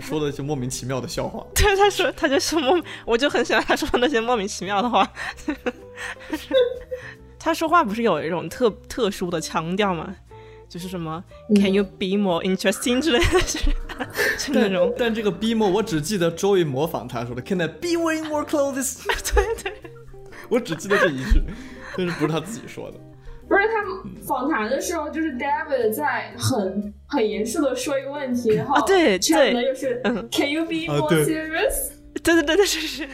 B: 说的就莫名其妙的笑话。
C: 对他说他就是莫，我就很喜欢他说那些莫名其妙的话。 他说话不是有一种特特殊的腔调吗？就是什么、
D: 嗯
C: Can you be more interesting 之类的， 就是就那
B: 但
C: 种。
B: 但这个 BMO 我只记得周 y 模仿他说的 “Can I be wearing more clothes？”
C: 对对，
B: 我只记得这一句，但是不是他自己说的。
D: 不是他们访谈的时候，就是 David 在很很严肃的说一个问题，然后
C: 啊对
D: 圈的
C: 对
D: 就是 Can you be
B: 啊
D: more
B: 对
D: serious？
C: 对对对对是是。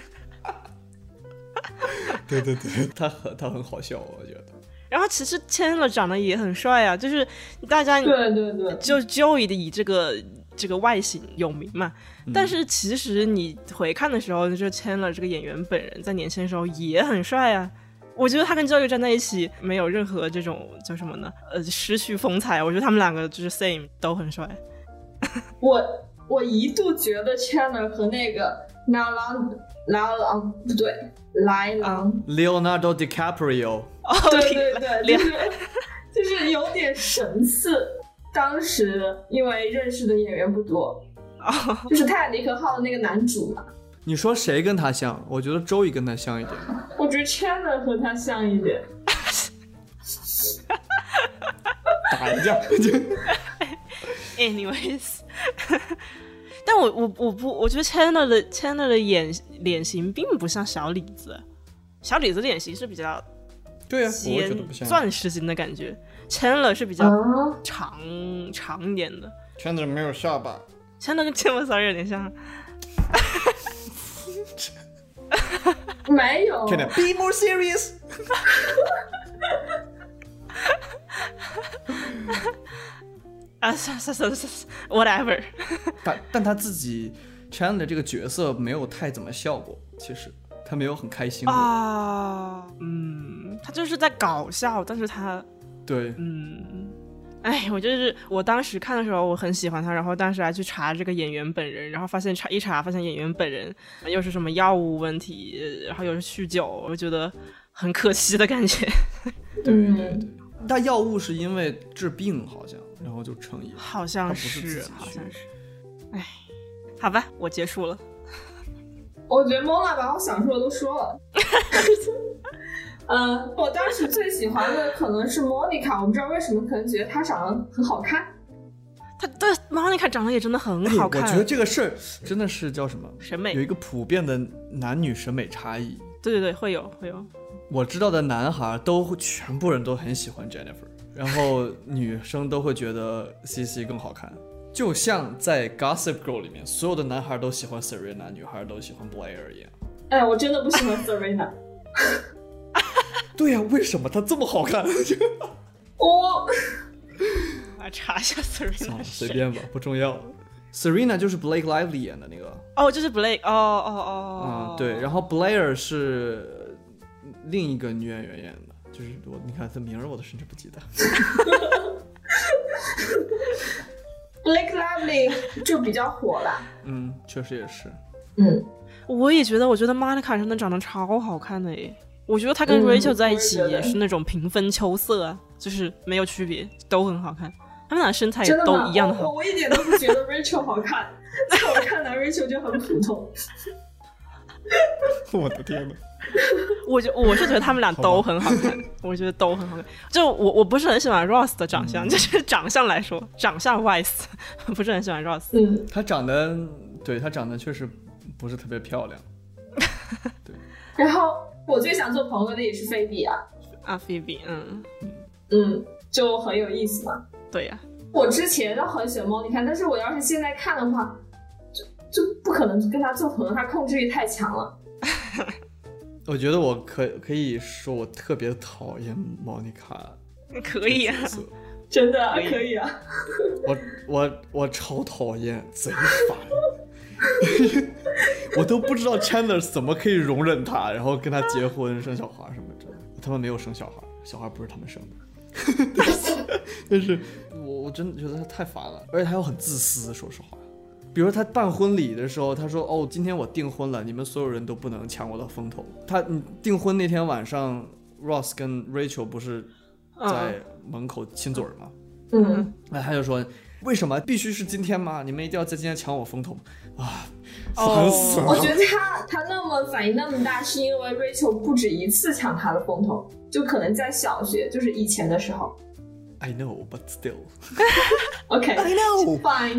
B: 对对对，他很他很好笑，我觉得。
C: 然后其实签了长得也很帅啊，就是大家
D: 对对对，
C: 就 Joey 的以这个这个外形有名嘛，
B: 嗯
C: 但是其实你回看的时候，就签了这个演员本人在年轻的时候也很帅啊。我觉得他跟 Joey 站在一起没有任何这种叫什么呢？呃，失去风采。我觉得他们两个就是 same 都很帅。
D: 我我一度觉得 Chandler 和那个拉郎拉郎不对，莱
C: 啊
D: 郎，
B: Leonardo DiCaprio，
C: 哦，
D: 对对对，
C: 两
D: 就是就是有点神似。当时因为认识的演员不多，
C: 哦，
D: 就是《泰坦尼克号》的那个男主嘛，
B: 你说谁跟他像？我觉得周 y 跟他像一点。
D: 我觉得 Chandler 和他像一点。
B: 打一架，
C: Anyways，但我我我不，我觉得 Chandler 的 Chandler 的眼脸型并不像小李子，啊小李子的脸型是比较
B: 对呀、啊我也觉
C: 尖
B: 得不像。
C: 钻石型的感觉，Chandler 是比较
D: 啊，
C: 长、长一点的
B: ，Chandler 没有下巴。
C: ，Chandler 跟 Tim s a r 有点像。
D: 没有，
B: Can I
C: 哦
B: be more serious？
C: 啊，算算算算，whatever。
B: 但但他自己 Chandler 这个角色没有太怎么笑过，其实他没有很开心过。
C: 啊，嗯，他就是在搞笑，但是他
B: 对，
C: 嗯，哎，我就是我当时看的时候，我很喜欢他，然后当时还去查这个演员本人，然后发现查一查，发现演员本人又是什么药物问题，呃然后又是酗酒，我觉得很可惜的感觉，
D: 嗯，
B: 那药物是因为治病好像，然后就成瘾。
C: 好
B: 他
C: 像
B: 不是
C: 是
B: 自，己
C: 好
B: 去
C: 像是，哎，好吧，我结束了。
D: 我觉得 Mola 把我想说的都说了。 嗯，我当时最喜欢的可能是 Monica，我不知道为什么，可能觉得她长得很好看。
C: 他对 Monica 长得也真的很好看，
B: 哎我觉得这个事儿真的是叫什么？
C: 审美
B: 有一个普遍的男女审美差异。
C: 对对对，会有会有，
B: 我知道的男孩都全部人都很喜欢 Jennifer，然后女生都会觉得 CC 更好看。就像在《Gossip Girl》里面，所有的男孩都喜欢 Serena，女孩都喜欢 Blair 一样。
D: 哎，我真的不喜欢 Serena，
B: 对呀、为什么她这么好 看？ 啊
D: 我
C: 我来查一下
B: 算
C: Serena
B: 了，
C: 是
B: 啊随
C: 谁。
B: 便吧，不重要。Serena 就是 Blake Lively 演的那个，
C: 哦，就是 Blake，哦哦
B: 啊、
C: 哦，
B: 对，然后 Blair 是呃另一个女演员演的，就是我你看这名儿我都甚至不记得。
D: Blake Lively 就比较火了。
B: 嗯，确实也是。
D: 嗯，
C: 我也觉得，我觉得 Monica 真的长得超好看的诶。我觉得她跟
D: 嗯
C: Rachel 在一起
D: 我也觉
C: 也
D: 得
C: 是那种平分秋色啊，就是没有区别，都很好看。他们俩身材也
D: 嗯真的
C: 都
D: 吗？
C: 一样的
D: 我
C: 好。
D: 我一点都不觉得 Rachel 好看， 在我看来 Rachel 就很普通。
B: 我的天呐，
C: 我就我是觉得他们俩都很好看， 我觉得都很好看。就我我不是很喜欢 Ross 的长
B: 嗯
C: 相，就是长相来说，长相 wise 不是很喜欢 Ross。
D: 嗯，
B: 她长得，对她长得确实不是特别漂亮。
D: 然后我最想做朋友的也是菲比啊，
C: 啊，菲比，嗯，
D: 嗯，就很有意思嘛。
C: 对呀、
D: 我之前都很喜欢 Monica，但是我要是现在看的话，就就不可能跟他做朋友，他控制欲太强了。
B: 我觉得我可可以说我特别讨厌 Monica
C: 可
B: 这
C: 以啊
B: 个角，色，
D: 真的啊
C: 可以
D: 可以啊，
B: 我我我超讨厌，贼烦。 我都不知道 Chandler 怎么可以容忍她，然后跟她结婚生小孩什么之类的。他们没有生小孩，小孩不是他们生的。 但是我我真的觉得他太烦了，而且他又很自私，说实话。比如他办婚礼的时候，他说：“哦，今天我订婚了，你们所有人都不能抢我的风头。他”你订婚那天晚上，Ross 跟 Rachel 不是
C: 啊
B: 在门口亲嘴儿嘛。
D: 嗯，
B: 那他就说：“为什么必须是今天吗？你们一定要在今天抢我风头吗啊！”
C: 哦
B: 烦死了。
D: 我觉得他他那么反应那么大，是因为 Rachel 不止一次抢他的风头，就可能在小学，就是以前的时候。
B: I know, but still，
D: OK，
B: know
D: fine，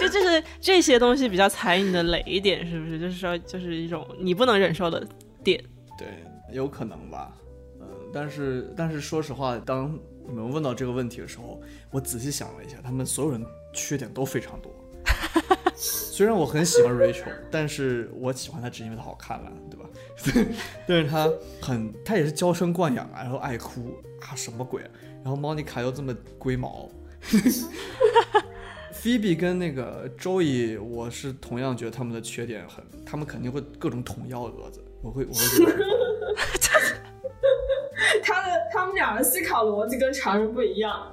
C: 就就是这些东西比较踩你的雷一点，是不是？就是说，就是一种你不能忍受的点。
B: 对，有可能吧。嗯，但是但是说实话，当你们问到这个问题的时候，我仔细想了一下，他们所有人缺点都非常多。虽然我很喜欢 Rachel，但是我喜欢她只因为她好看了，对吧？ 但是她很，她也是娇生惯养啊，然后爱哭啊，什么鬼啊、然后 Monica 又这么龟毛。Phoebe 跟那个 Joey，我是同样觉得他们的缺点很，他们肯定会各种捅幺蛾子，我会我会觉得很烦。
D: 他的他们俩的思考逻辑跟常人不 一样。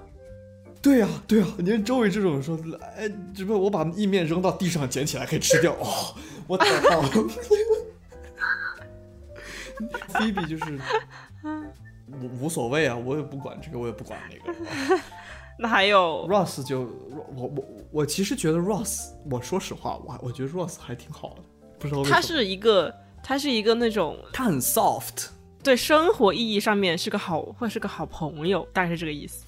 B: 对呀、啊对呀、你看周围这种说，哎，只不过我把意面扔到地上捡起来可以吃掉，哦，我太棒了。 菲比就是无无所谓啊，我也不管这个，我也不管那个。
C: 那还有
B: Ross 就我我我其实觉得 Ross，我说实话，我我觉得 Ross 还挺好的，不知道为什么
C: 他是一个，他是一个那种
B: 他很 soft，
C: 对生活意义上面是个好，会是个好朋友，大概是这个意思。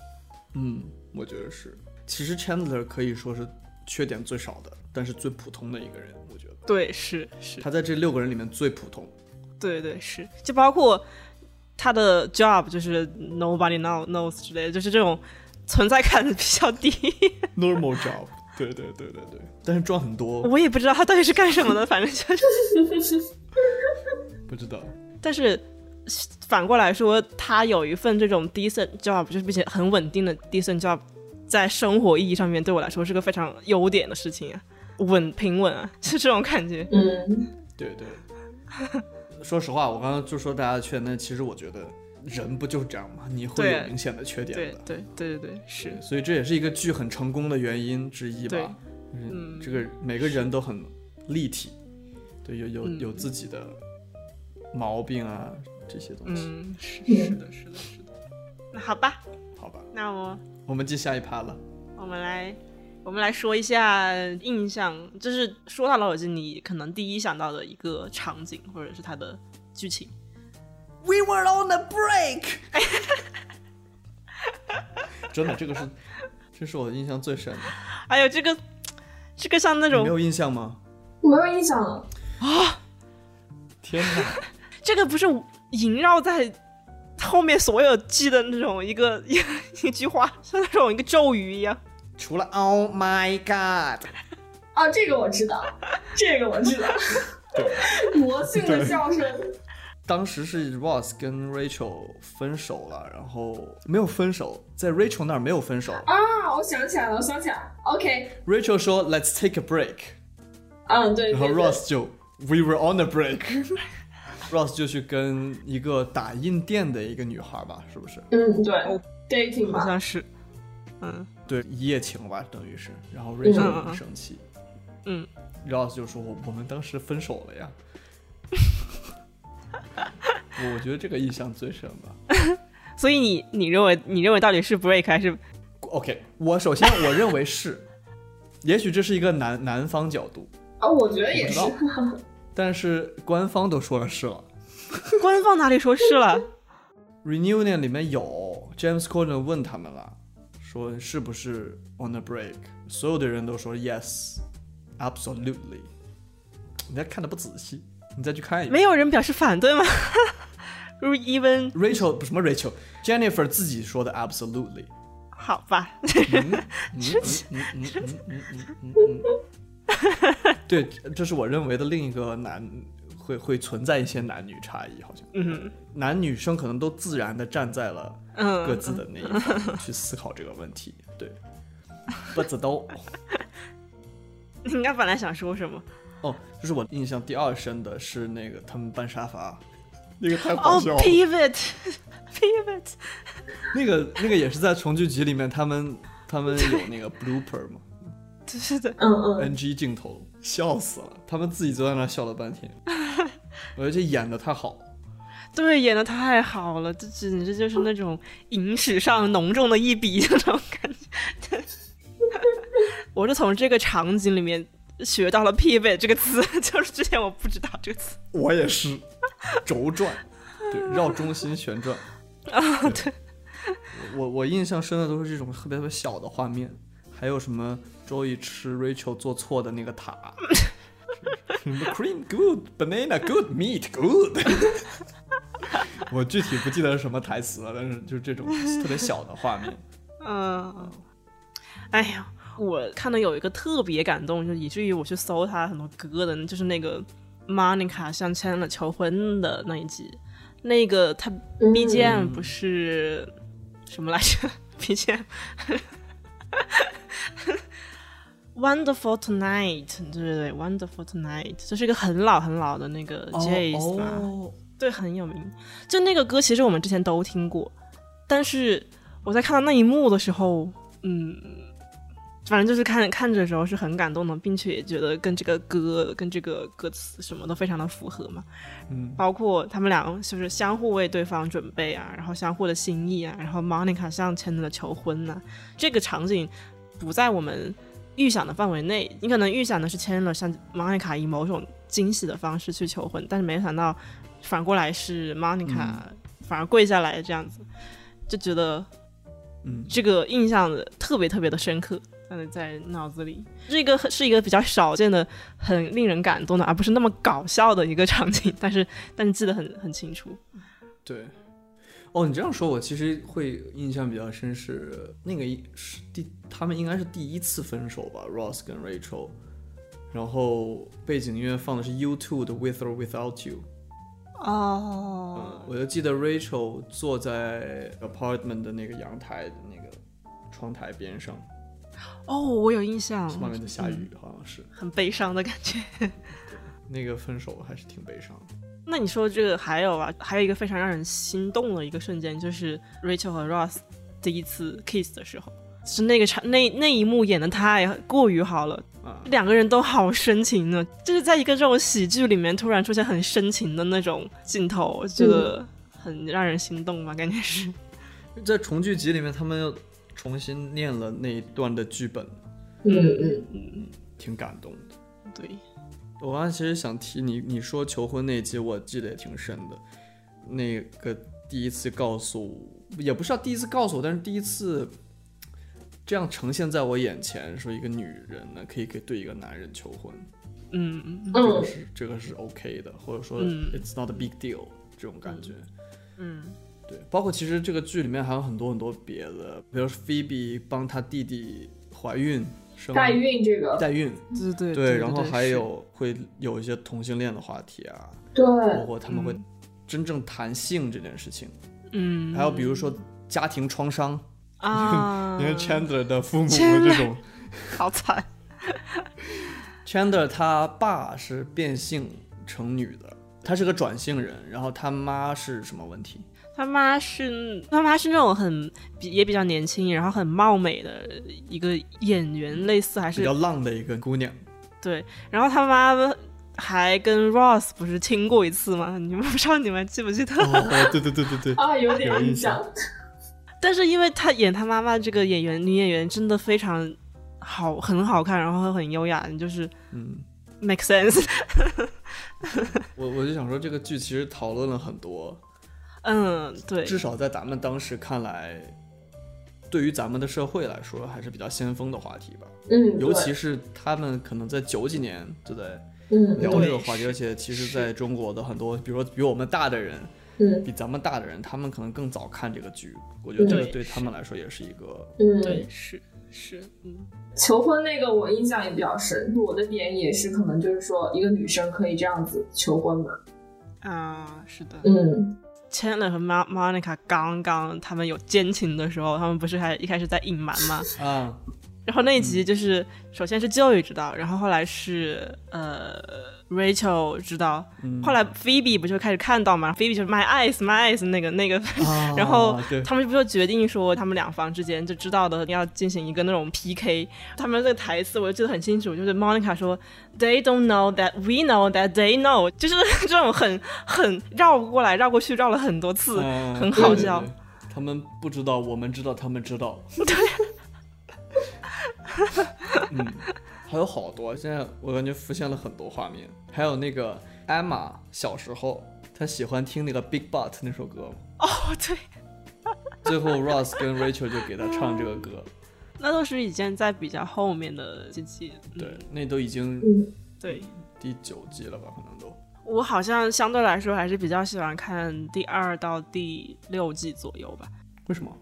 B: 嗯，我觉得是。其实 Chandler 可以说是缺点最少的，但是最普通的一个人，我觉得
C: 对，是是，
B: 他在这六个人里面最普通。
C: 对对是，就包括他的 job 就是 nobody now knows 之类的，就是这种存在感比较低。
B: normal job 。 对对对对对，但是赚很多，
C: 我也不知道他到底是干什么的，反正就是。
B: 不知道。
C: 但是反过来说，他有一份这种 decent job，就是并且很稳定的 decent job，在生活意义上面对我来说是个非常优点的事情啊，稳平稳啊， 就这种感觉。
D: 嗯，
B: 对 对，说实话，我刚刚就说大家的缺点，但其实我觉得人不就是这样吗？你会有
C: 对
B: 明显的缺
C: 对
B: 点的。
C: 对对对对，是
B: 所以这也是一个剧很成功的原因之一吧。嗯，这个每个人都很立体，对，有有
C: 嗯
B: 有自己的毛病啊，这些东西，
C: 嗯，是是的，是的，是的。那嗯好吧，
B: 好吧？
C: 那我
B: 我们进下一趴了。
C: 我们来我们来说一下印象，就是说到老友记，你可能第一想到的一个场景或者是它的剧情。
B: We were on a break 。真的，这个是，这是我印象最深的。
C: 还有这个这个像那
B: 你
C: 种
B: 没有印象吗？
D: 没有印象了。
B: 天哪！
C: 这个不是萦绕在后面所有剧的那种一个 一句话，像那种一个咒语一样。
B: 除了 Oh my God，
D: 哦，这个我 知道，这个我知道。魔性的笑声，
B: 当时是 Ross 跟 Rachel 分手了，然后没有分手，在 Rachel 那儿没有分手。
D: 啊，我想起来了，我想起来了。OK，
B: Rachel 说 Let's take a break，
D: 嗯，对。
B: 然后
D: 对
B: Ross 就 We were on a break。Ross 就去跟一个打印店的一个女孩吧，是不是？
D: 对嗯，对
C: 哦
D: ，dating
C: 好
D: 吧，
C: 像是，嗯，
B: 对，一夜情吧，等于是。然后 Rachel 很生气，
C: 嗯
B: ，Ross 就说我我们当时分手了呀。我觉得这个印象最深吧。
C: 所以你你认为你认为到底是 break 还是
B: OK，我首先我认为是，也许这是一个南南方角度，
D: 啊，我觉得
B: 我
D: 也
B: 不知
D: 是
B: 道。但是官方都说了是了。
C: 官方哪里说是了？
B: Reunion 里面有 James Corden 问他们了，说是不是 on a break？所有的人都说 yes，absolutely。你再看的不仔细，你再去看一遍。
C: 没有人表示反对吗 如？Even
B: Rachel 不什么 Rachel，Jennifer 自己说的 absolutely。
C: 好吧，
B: 对，这是我认为的另一个男会会存在一些男女差异，好像
C: 嗯
B: 男女生可能都自然的站在了
C: 嗯，
B: 各自的那一方去思考这个问题。对，不知道
C: 你应该本来想说什么？
B: 哦，就是我印象第二深的是那个他们搬沙发，那个太
C: 哦
B: 好笑了。
C: ，pivot pivot，
B: 那个那个也是在重聚集里面，他们他们有那个 blooper 嘛。
C: 是的，
D: 嗯嗯，
B: NG 镜头，笑死了，他们自己都在那笑了半天。我觉得这演的太好，
C: 对，演的太好了，这简直就是那种影史上浓重的一笔那种感觉。 我是从这个场景里面学到了 “pivot” 这个词， 就是之前我不知道这个词。
B: 我也是，轴转， 对，绕中心旋转。
C: 啊，对，
B: 我我印象深的都是这种特别特别小的画面，还有什么周易吃 Rachel 做错的那个塔，什么 cream good banana good meat good，我具体不记得是什么台词了，但是就是这种特别小的画面。
C: 嗯，哎呀，我看到有一个特别感动，就以至于我去搜他很多歌的，就是那个 Monica 向签了求婚的那一集，那个他
D: 嗯
C: BGM 不是什么来着？BGM。Wonderful Tonight，对对对，Wonderful Tonight，这是一个很老很老的那个 Jazz 吧，
B: 哦，
C: 对，很有名。就那个歌，其实我们之前都听过，但是我在看到那一幕的时候，嗯，反正就是看看着的时候是很感动的，并且也觉得跟这个歌、跟这个歌词什么都非常的符合嘛。
B: 嗯，
C: 包括他们俩就是相互为对方准备啊，然后相互的心意啊，然后 Monica 向 Chandler 求婚呐、这个场景不在我们预想的范围内。你可能预想的是 Chandler 向 Monica 以某种惊喜的方式去求婚，但是没想到反过来是 Monica 反而跪下来这样子，就觉得
B: 嗯，
C: 这个印象特别特别的深刻，嗯，在脑子里。这个是一个比较少见的、很令人感动的，而不是那么搞笑的一个场景，但是但是记得很很清楚。
B: 对。哦，你这样说，我其实会印象比较深是那个一是第，他们应该是第一次分手吧，Ross 跟 Rachel，然后背景音乐放的是 U2 的 With or Without You，嗯
C: 哦，
B: 我就记得 Rachel 坐在 apartment 的那个阳台的那个窗台边上，
C: 哦，我有印象，
B: 外面在下雨，好像是
C: 很悲伤的感觉。
B: 那个分手还是挺悲伤的。
C: 那你说这个还有啊，还有一个非常让人心动的一个瞬间，就是 Rachel 和 Ross 第一次 kiss 的时候，就是那个场那那一幕演的太过于好了，呃
B: 啊，
C: 两个人都好深情呢，就是在一个这种喜剧里面突然出现很深情的那种镜头，我觉得很让人心动吧，感觉是。
B: 在重聚集里面，他们又重新念了那一段的剧本，
D: 嗯嗯，
B: 挺感动的。
C: 对，
B: 我刚才其实想提你，你说求婚那一集，我记得也挺深的。那个第一次告诉，也不是要第一次告诉我，但是第一次这样呈现在我眼前，说一个女人呢可以给对一个男人求婚，
C: 嗯嗯
B: 这个
D: 嗯
B: 是这个是 OK 的，或者说
C: 嗯
B: it's not a big deal 这种感觉。
C: 嗯
B: 对，包括其实这个剧里面还有很多很多别的，比如说 Phoebe 帮她弟弟怀孕生
D: 代孕这个，
B: 代孕，
C: 嗯，对对
B: 对，然后还
C: 是
B: 有会有一些同性恋的话题啊，
D: 对，
B: 包括他们会真正谈性这件事情，
C: 嗯，
B: 还有比如说家庭创伤，
C: 啊，
B: 因为 Chandler 的父母
C: 嗯 Chandler
B: 这种
C: 好惨，
B: ，Chandler 他爸是变性成女的，他是个转性人，然后他妈是什么问题？
C: 他妈是他妈是那种很比也比较年轻，然后很貌美的一个演员，类似还
B: 比
C: 是
B: 较浪的一个姑娘，
C: 对，然后他妈还跟 Ross 不是亲过一次吗？你们不 知道你们记不记 得？
B: 哦，对对对对对，
D: 啊，有点
B: 有印
D: 印
B: 象
D: 象，
C: 但是因为她演她妈妈这个演员女演员真的非常好，很好看，然后很优雅，就是
B: 嗯。
C: make sense。
B: 我我就想说，这个剧其实讨论了很多，
C: 嗯，对，
B: 至少在咱们当时看来，对于咱们的社会来说，还是比较先锋的话题吧。
D: 嗯，
B: 尤
D: 对
B: 其是他们可能在九几年就在
D: 嗯
B: 聊
C: 对
B: 这个话题，而且其实
C: 是
B: 在中国的很多，比如说比我们大的人，
D: 嗯
B: 比咱们大的人，他们可能更早看这个剧。我觉得这个
C: 对
B: 对他们来说也是一个，
D: 嗯，
C: 对，是是，嗯
D: 求婚那个我印象也比较深，我的点也是可能就是说一个女生可以这样子求婚嘛，
C: 啊，是的。
D: 嗯
C: Chandler 和 Ma- Monica 刚刚他们有奸情的时候，他们不是还一开始在隐瞒吗？
B: 啊，
C: 然后那一集就是，首先是 Joey 知道，然后后来是呃 Rachel 知道，
B: 嗯
C: 后来 Phoebe 不就开始看到嘛，Phoebe 就是 My eyes, My eyes 那个那个，
B: 啊
C: 然后
B: 对，
C: 他们不就决定说他们两方之间就知道的要进行一个那种 PK。他们这个台词我就记得很清楚，就是 Monica 说 They don't know that we know that they know，就是 这种很很绕过来绕过去绕了很多次，
B: 嗯
C: 很好
B: 对对
C: 笑。
B: 对他们不知道，我们知道，他们知 道。 嗯，还有好多，现在我感觉浮现了很多画面。还有那个艾玛小时候，她喜欢听那个 Big Butt 那首歌，
C: 哦，对，
B: 最后 Ross 跟 Rachel 就给她唱这个歌。
C: 那都是已经在比较后面的几集。嗯
B: 对，那都已经
D: 嗯，
C: 对，
B: 第九季了吧，可能都。
C: 我好像相对来说还是比较喜欢看第二到第六季左右吧。
B: 为什么？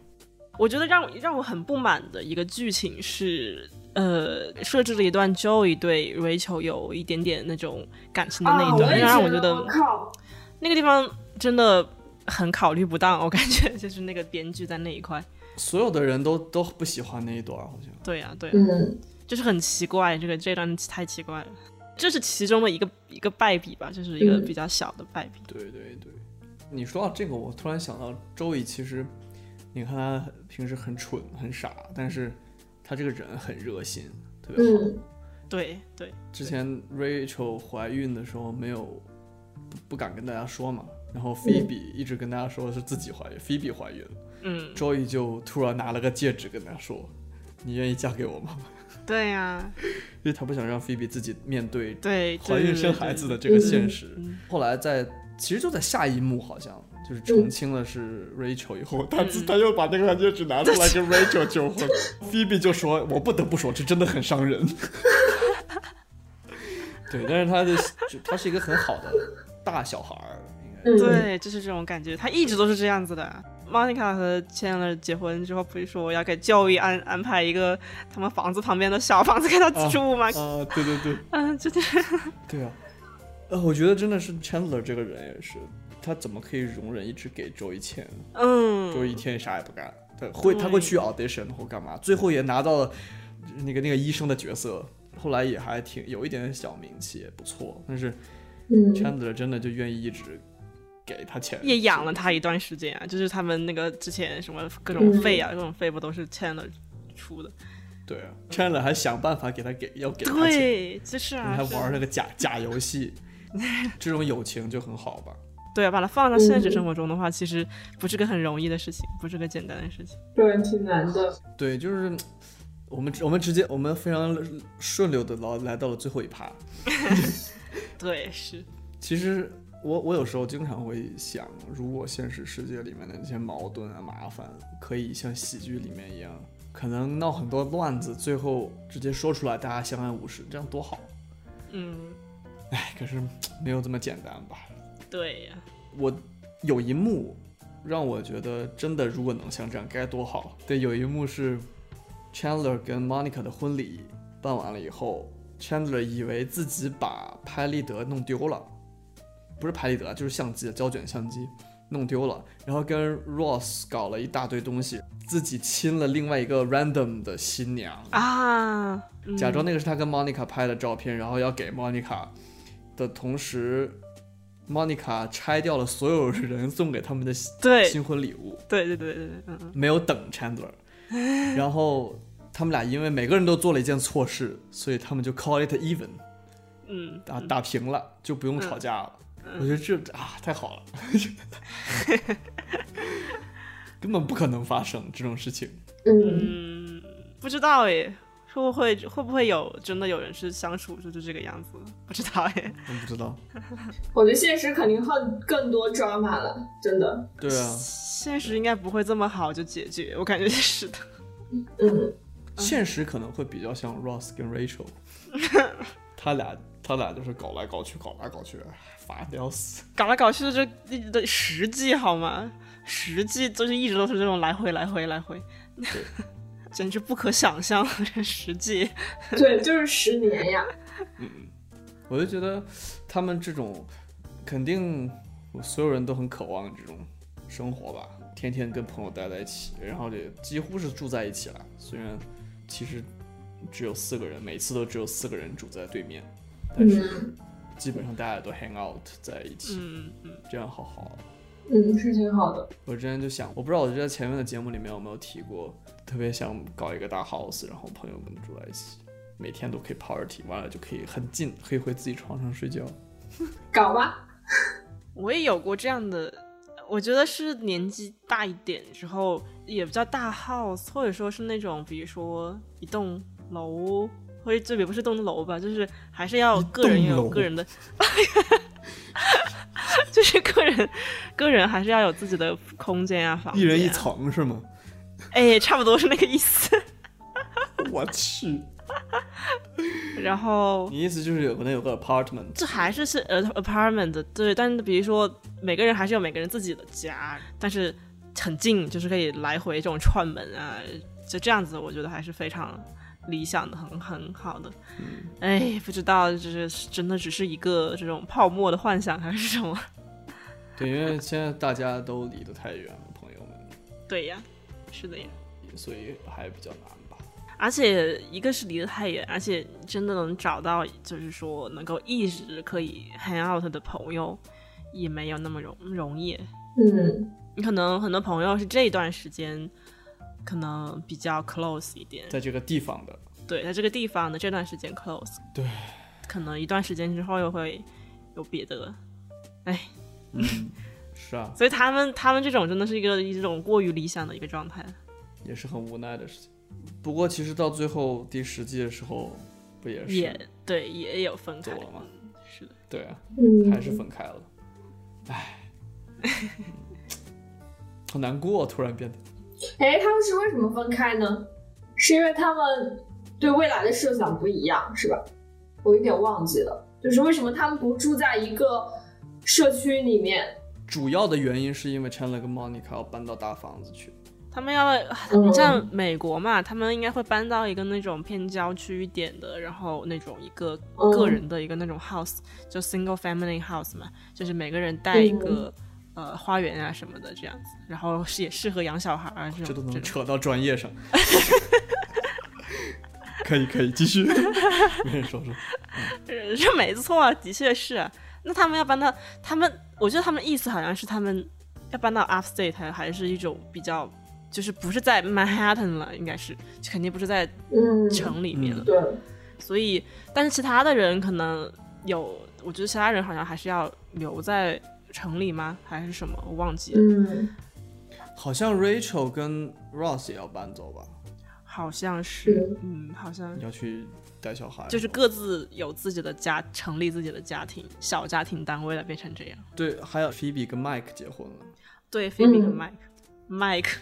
C: 我觉得让我让我很不满的一个剧情是，呃，设置了一段 Joey 对 Rachel 有一点点那种感情的那
D: 啊，
C: 一
D: 我
C: 段，
D: 也
C: 那让我觉
D: 觉
C: 得
D: 靠，
C: 那个地方真的很考虑不当，我感觉 就是那个编剧在那一块。
B: 所有的人都都不喜欢那一段，好像。
C: 对呀、对、呀，啊
D: 嗯，
C: 就是很奇怪，这个这段太奇怪了。这是其中的一个一个败笔吧，就是一个
D: 嗯
C: 比较小的败笔。
B: 对对对，你说到这个，我突然想到周易，其实你看他平时很蠢很傻，但是他这个人很热心，特别好。
D: 嗯，
C: 对对，
B: 之前 Rachel 怀孕的时候没有不不敢跟大家说嘛，然后 Phoebe 一直跟大家说是自己怀孕，Phoebe 怀孕了
C: 嗯，
B: ，Joey 就突然拿了个戒指跟他说：“你愿意嫁给我吗
C: 对啊呀、？”
B: 因为他不想让 Phoebe 自己面对
C: 对，对
B: 怀孕生孩子的这个现实。
C: 嗯
B: 后来在其实就在下一幕，好像就是澄清了是 Rachel 以后，他
C: 嗯
B: 自他又把那个戒指拿出来 跟 Rachel 求婚。Phoebe 就说：“我不得不说，这真的很伤人。”对，但是他的就他是一个很好的大小孩儿，应该
D: 嗯，
C: 对，就是这种感觉，他一直都是这样子的。Monica 和 Chandler 结婚之后，不是说要给教育安安排一个他们房子旁边的小房子给他住吗？
B: 啊，对对对
C: 嗯，真的是，
B: 对啊，呃，我觉得真的是 Chandler 这个人也是，他怎么可以容忍一直给周一千？就
C: 嗯，
B: 一天啥也不干。对，会他会去 audition 或干嘛，最后也拿到了那个那个医生的角色，后来也还挺有一点小名气，也不错。但是
D: 嗯，
B: Chandler 真的就愿意一直给他钱，
C: 也养了他一段时间啊。就是他们那个之前什么各种费啊，各种费不都是 Chandler 出的？
B: 对啊，Chandler 还想办法给他给要给他钱，
C: 对，就是啊，
B: 还
C: 是
B: 玩那个假假游 戏，这种友情就很好吧。
C: 对啊，把它放到现实生活中的话，其实不是个很容易的事情，不是个简单的事情。
D: 对，挺难的，
B: 对，就是我们我们直接我们非常顺溜的来来到了最后一趴，
C: 对，是，
B: 其实我我有时候经常会想，如果现实世界里面的那些矛盾啊、麻烦，可以像喜剧里面一样，可能闹很多乱子，最后直接说出来，大家相安无事，这样多好。
C: 嗯，
B: 哎，可是没有这么简单吧？
C: 对呀、
B: 我有一幕让我觉得真的，如果能像这样该多好。对，有一幕是 Chandler 跟 Monica 的婚礼办完了以后，Chandler 以为自己把拍立得弄丢了，不是拍立得，啊就是相机胶卷相机弄丢了，然后跟 Ross 搞了一大堆东西，自己亲了另外一个 random 的新娘，
C: 啊，嗯
B: 假装那个是他跟 Monica 拍的照片，然后要给 Monica 的同时，Monica 拆掉了所有人送给他们的新
C: 对
B: 新婚礼物，
C: 对对对对对，嗯嗯，
B: 没有等 Chandler，然后他们俩因为每个人都做了一件错事，所以他们就 call it even，
C: 嗯，
B: 打打平了，就不用吵架了。我觉得这啊太好 了，根本不可能发生这种事情。
D: 嗯，
C: 嗯，不知道哎，会不会会不会有真的有人是相处就是这个样子？不知道哎，
B: 我不知道，
D: 我觉得现实肯定更更多 drama 了，真的，
B: 对啊，
C: 现实应该不会这么好就解决，我感觉是的。
D: 嗯，
B: 现实可能会比较像 Ross 跟 Rachel，他俩他俩就是搞来搞去，搞来搞去，哎烦的要死。
C: 搞来搞去的这一直的实际好吗？实际就是一直都是这种来回来回来回， 简直不可想象，这实际。
D: 对，就是十年呀，
B: 我就觉得他们这种肯定所有人都很渴望这种生活吧，天天跟朋友待在一起，然后也几乎是住在一起了。虽然其实只有四个人，每次都只有四个人住在对面，但是
D: 嗯
B: 基本上大家都 hang out 在一起，
C: 嗯嗯，
B: 这样好好。
D: 嗯，是挺好的。
B: 我之前就想，我不知道我在前面的节目里面有没有提过，特别想搞一个大 house，然后朋友们住在一起，每天都可以 party，完了就可以很近，可以回自己床上睡觉。
D: 搞吧，
C: 我也有过这样的，我觉得是年纪大一点之后，也比较大 house，或者说是那种比如说一栋楼，或者就也不是栋楼吧，就是还是要个人
B: 栋
C: 有
B: 楼
C: 个人的， 就是个人个人还是要有自己的空间啊，房
B: 一人
C: 间
B: 一
C: 啊，
B: 层是吗？
C: 哎，差不多是那个意思。
B: 我去，
C: 然后
B: 你意思就是有可能有个 apartment，
C: 这还是是呃 apartment 对，但是比如说每个人还是有每个人自己的家，但是很近，就是可以来回这种串门啊，就这样子，我觉得还是非常理想的，很很好的。哎，不知道这是真的只是一个这种泡沫的幻想还是什么？
B: 对，因为现在大家都离得太远了，朋友们，
C: 对呀，是的呀。
B: 所以还比较难吧。
C: 而且一个是离得太远，而且真的能找到，就是说能够一直可以 hang out 的朋友，也没有那么容容易。
D: 嗯
C: 你可能很多朋友是这一段时间可能比较 close 一点，
B: 在这个地方的，
C: 对，在这个地方的这段时间 close，
B: 对，
C: 可能一段时间之后又会有别的，哎，
B: 嗯，是啊，
C: 所以他们他们这种真的是一个一种过于理想的一个状态，
B: 也是很无奈的事情。不过其实到最后第十季的时候，不也是
C: 也对，也有分
B: 走
C: 开，
B: 了吗？
C: 是的，
B: 对啊，
D: 嗯，
B: 还是分开了，唉，好难过、啊突然变得，
D: 哎，他们是为什么分开呢？是因为他们对未来的设想不一样，是吧？我有点忘记了，就是为什么他们不住在一个社区里面？
B: 主要的原因是因为 Chandler 跟 Monica 要搬到大房子去，
C: 他们要
D: 嗯
C: 你像美国嘛，他们应该会搬到一个那种偏郊区一点的，然后那种一个
D: 嗯
C: 个人的一个那种 house，、就 single family house 嘛，就是每个人带一个、呃花园啊什么的这样子，然后是也适合养小孩啊这
B: 这都
C: 种
B: 能
C: 这种。
B: 扯到专业上。 可以可以，继续。 没人说说，
C: 这这没错啊，的确是、啊。那他们要搬到他们，我觉得他们意思好像是他们要搬到 upstate，还还是一种比较，就是不是在 Manhattan 了，应该是肯定不是在
D: 嗯，
C: 城里面了。
D: 对，
C: 所以，但是其他的人可能有，我觉得其他人好像还是要留在城里吗？还是什么？我忘记了，
D: 嗯
B: 好像 Rachel 跟 Ross 也要搬走吧？
C: 好像是，嗯，好像
B: 你要去带小孩，
C: 就是各自有自己的家，成立自己的家庭，小家庭单位了，变成这样。
B: 对，还有 Phoebe 跟 Mike 结婚了，
C: 对，菲
D: 嗯
C: 比和 Mike，Mike、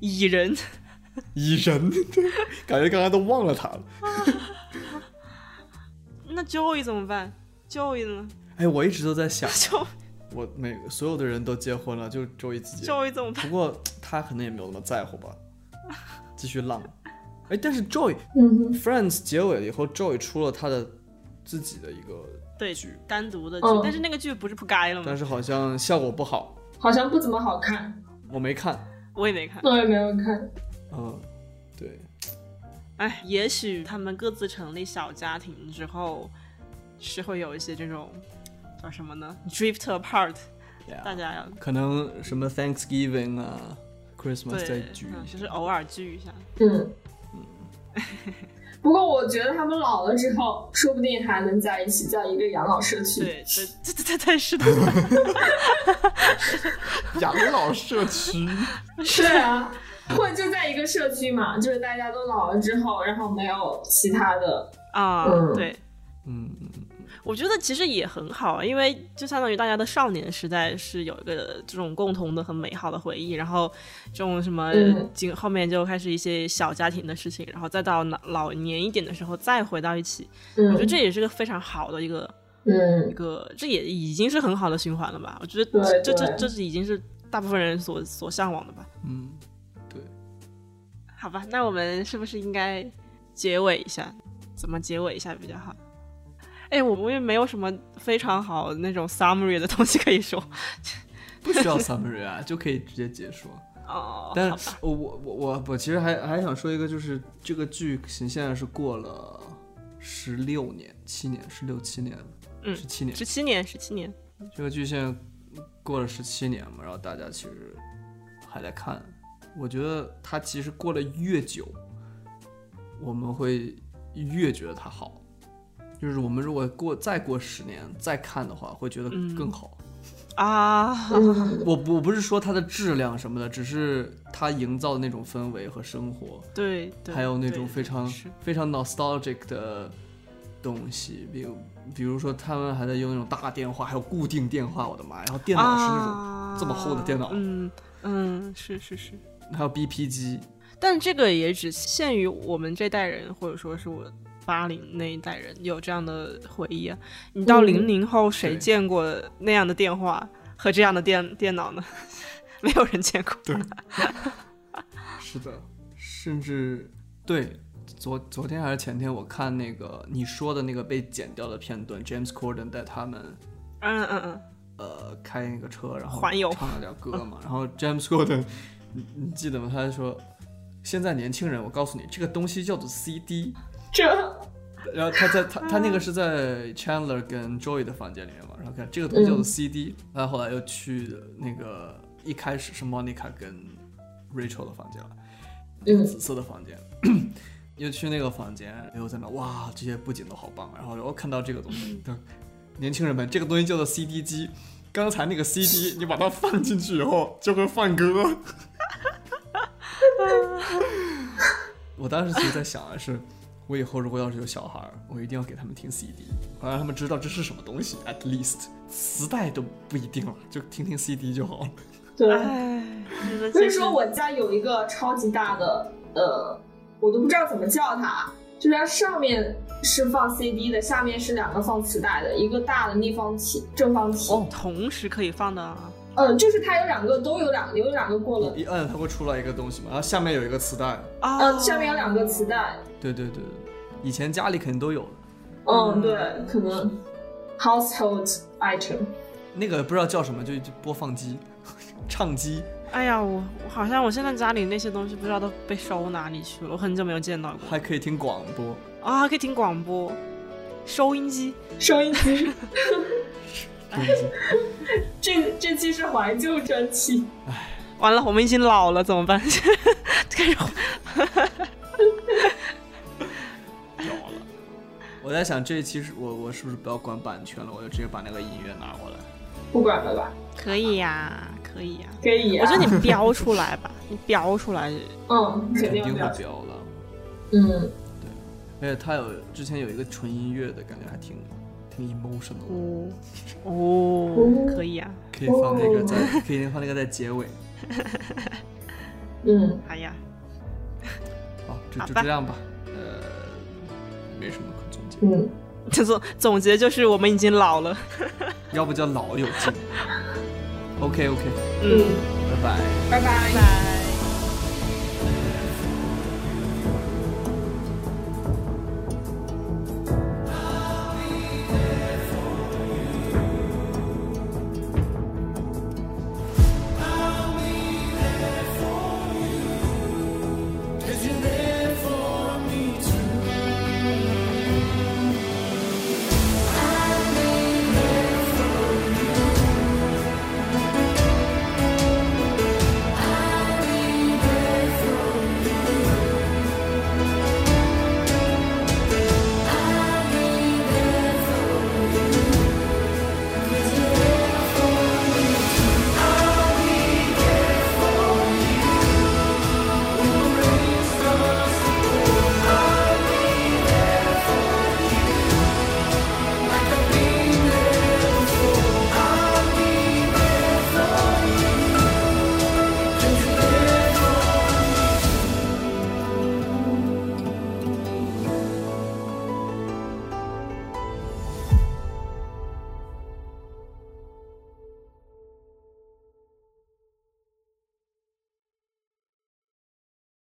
C: 蚁 人，
B: 蚁人， 对，感觉刚才都忘了他了。
C: 那 Joey 怎么办？Joey 呢，
B: 哎，我一直都在想
C: ？Jo
B: 我每个所有的人都结婚了，就周一自己。
C: Joey 怎么办？
B: 不过他可能也没有那么在乎吧，继续浪。哎，但是 Joy
D: 嗯哼
B: Friends 结尾以后，Joy 出了他的自己的一个
C: 对
B: 剧，
C: 单独的剧，
D: 嗯
C: 但是那个剧不是不该了
B: 但
C: 吗？
B: 是好像效果不好，
D: 好像不怎么好看，
B: 我没看。
C: 我也没看。
D: 我也没有看。
B: 嗯，对，
C: 哎，也许他们各自成立小家庭之后，是会有一些这种叫什么呢？drift apart，大
B: yeah,
C: 家要
B: 可能什么 Thanksgiving 啊，Christmas 再
C: 对，
B: 聚
C: 嗯
B: 一
C: 就是
B: 下。
C: 偶尔聚一下。
D: 嗯， 不过我觉得他们老了之后，说不定还能在一起，在一个养老社区。
C: 对，对，对，对，对，对，是的，
B: 养老社区，
D: 对啊，或者就在一个社区嘛，就是大家都老了之后，然后没有其他的，
C: 啊、
D: 嗯
C: 对，
B: 嗯，嗯
C: 我觉得其实也很好，啊因为就相当于大家的少年时代是有一个这种共同的很美好的回忆，然后这种什么
D: 嗯
C: 经后面就开始一些小家庭的事情，然后再到老老年一点的时候再回到一起，我觉得
D: 嗯
C: 这也是个非常好的一个一
D: 嗯，
C: 个，这也已经是很好的循环了吧？我觉得
D: 对
C: 这这
D: 对
C: 这是已经是大部分人所所向往的吧？
B: 嗯，对，
C: 好吧，那我们是不是应该结尾一下？怎么结尾一下比较好？哎，我我也没有什么非常好的那种 summary 的东西可以说。
B: 不需要 summary 啊，就可以直接结束。
C: 哦，
B: 但
C: 好
B: 是我我我我其实还还想说一个，就是这个剧现在是过了十六年、七年、十六七年了，
C: 嗯
B: 十七年，
C: 十七年，十七年，
B: 这个剧现在过了十七年嘛，然后大家其实还在看，我觉得它其实过了越久，我们会越觉得它好，就是我们如果过再过十年再看的话，会觉得更
C: 嗯
B: 好。
C: 啊，
D: 嗯
B: 我不我不是说它的质量什么的，只是它营造的那种氛围和生活，
C: 对对，
B: 还有那
C: 对
B: 种非常
C: 是
B: 非常 nostalgic 的东西，比如比如说他们还在用那种大电话，还有固定电话，我的妈呀！然后电脑是那种，
C: 啊
B: 这么厚的电脑
C: 嗯嗯，是是是，
B: 还有 BP 机，
C: 但这个也只限于我们这代人，或者说是我八零那一代人有这样的回忆啊。你到
D: 嗯
C: 零零后，谁
B: 对
C: 见过那样的电话和这样的电电脑 呢？没有人见过。
B: 是的，甚至对。昨昨天还是前天，我看那个你说的那个被剪掉的片段，James Corden 带他们
C: 嗯嗯嗯，
B: 呃开那个车，然后
C: 环游
B: 唱了点歌嘛。然后 James Corden，你你记得吗？他说，现在年轻人，我告诉你，这个东西叫做 CD。
D: 这
B: 然后他在他他那个是在 Chandler 跟 Joey 的房间里面嘛，然后看这个东西叫做 CD，然后后来又去那个一开始是 Monica 跟 Rachel 的房间了，
D: 嗯
B: 紫色的房间，又去那个房间，又在那哇，这些布景都好棒，然后然后看到这个东西，他年轻人们，这个东西叫做 CD 机，刚才那个 CD 你把它放进去以后就会放歌。 我当时其实在想的是，我以后如果要是有小孩儿，我一定要给他们听 CD，我让他们知道这是什么东西，at least 磁带都不一定了，就听听 CD 就好了。
D: 对。
C: 哎，真的
D: 所以
C: 其实
D: 说我家有一个超级大的，呃，我都不知道怎么叫它，啊就是它上面是放 CD 的，下面是两个放磁带的，一个大的立方体、正方体。
B: 哦
C: 同时可以放的啊。
D: 嗯，就是它有两个，都有两有两个过了，
B: 一摁它会出来一个东西嘛，然后下面有一个磁带，
C: 啊
D: 嗯，下面有两个磁带。
B: 对对对，对以前家里肯定都有的。
D: 嗯，对，可能 household item。
B: 那个不知道叫什么，就就播放机、唱机，
C: 哎呀，我我好像我现在家里那些东西不知道都被收哪里去了，我很久没有见到过
B: 还可以听广播。
C: 啊，还可以听广播，收音机。
D: 收音机，
B: 对不起
D: 这这期是怀旧专辑。
C: 完了，我们已经老了，怎么办？ 开始
B: 我在想这一期是我我是不是不要管版权了，我就直接把那个音乐拿过来。
D: 不管了吧，
C: 可以呀、可以呀、
D: 可以、啊。
C: 我觉得你标出来 吧，你标出来。
D: 嗯，肯
B: 肯定
D: 定要
B: 会
D: 表
B: 标了。
D: 嗯，
B: 而且他有之前有一个纯音乐的感觉，还挺挺 emotional，的
C: 哦哦，可以呀、
B: 可以放那个
C: 哦
B: 在可以放那个在结尾。
D: 嗯，
C: 哎呀，
B: 好，哦就
C: 好
B: 就
C: 吧
B: 这样吧，呃，没什么可总结，
D: 嗯，
C: 这总总结就是我们已经老了。
B: 要不叫老友记。OK OK，
C: 嗯，
B: 拜拜。
D: 拜拜。
C: 拜。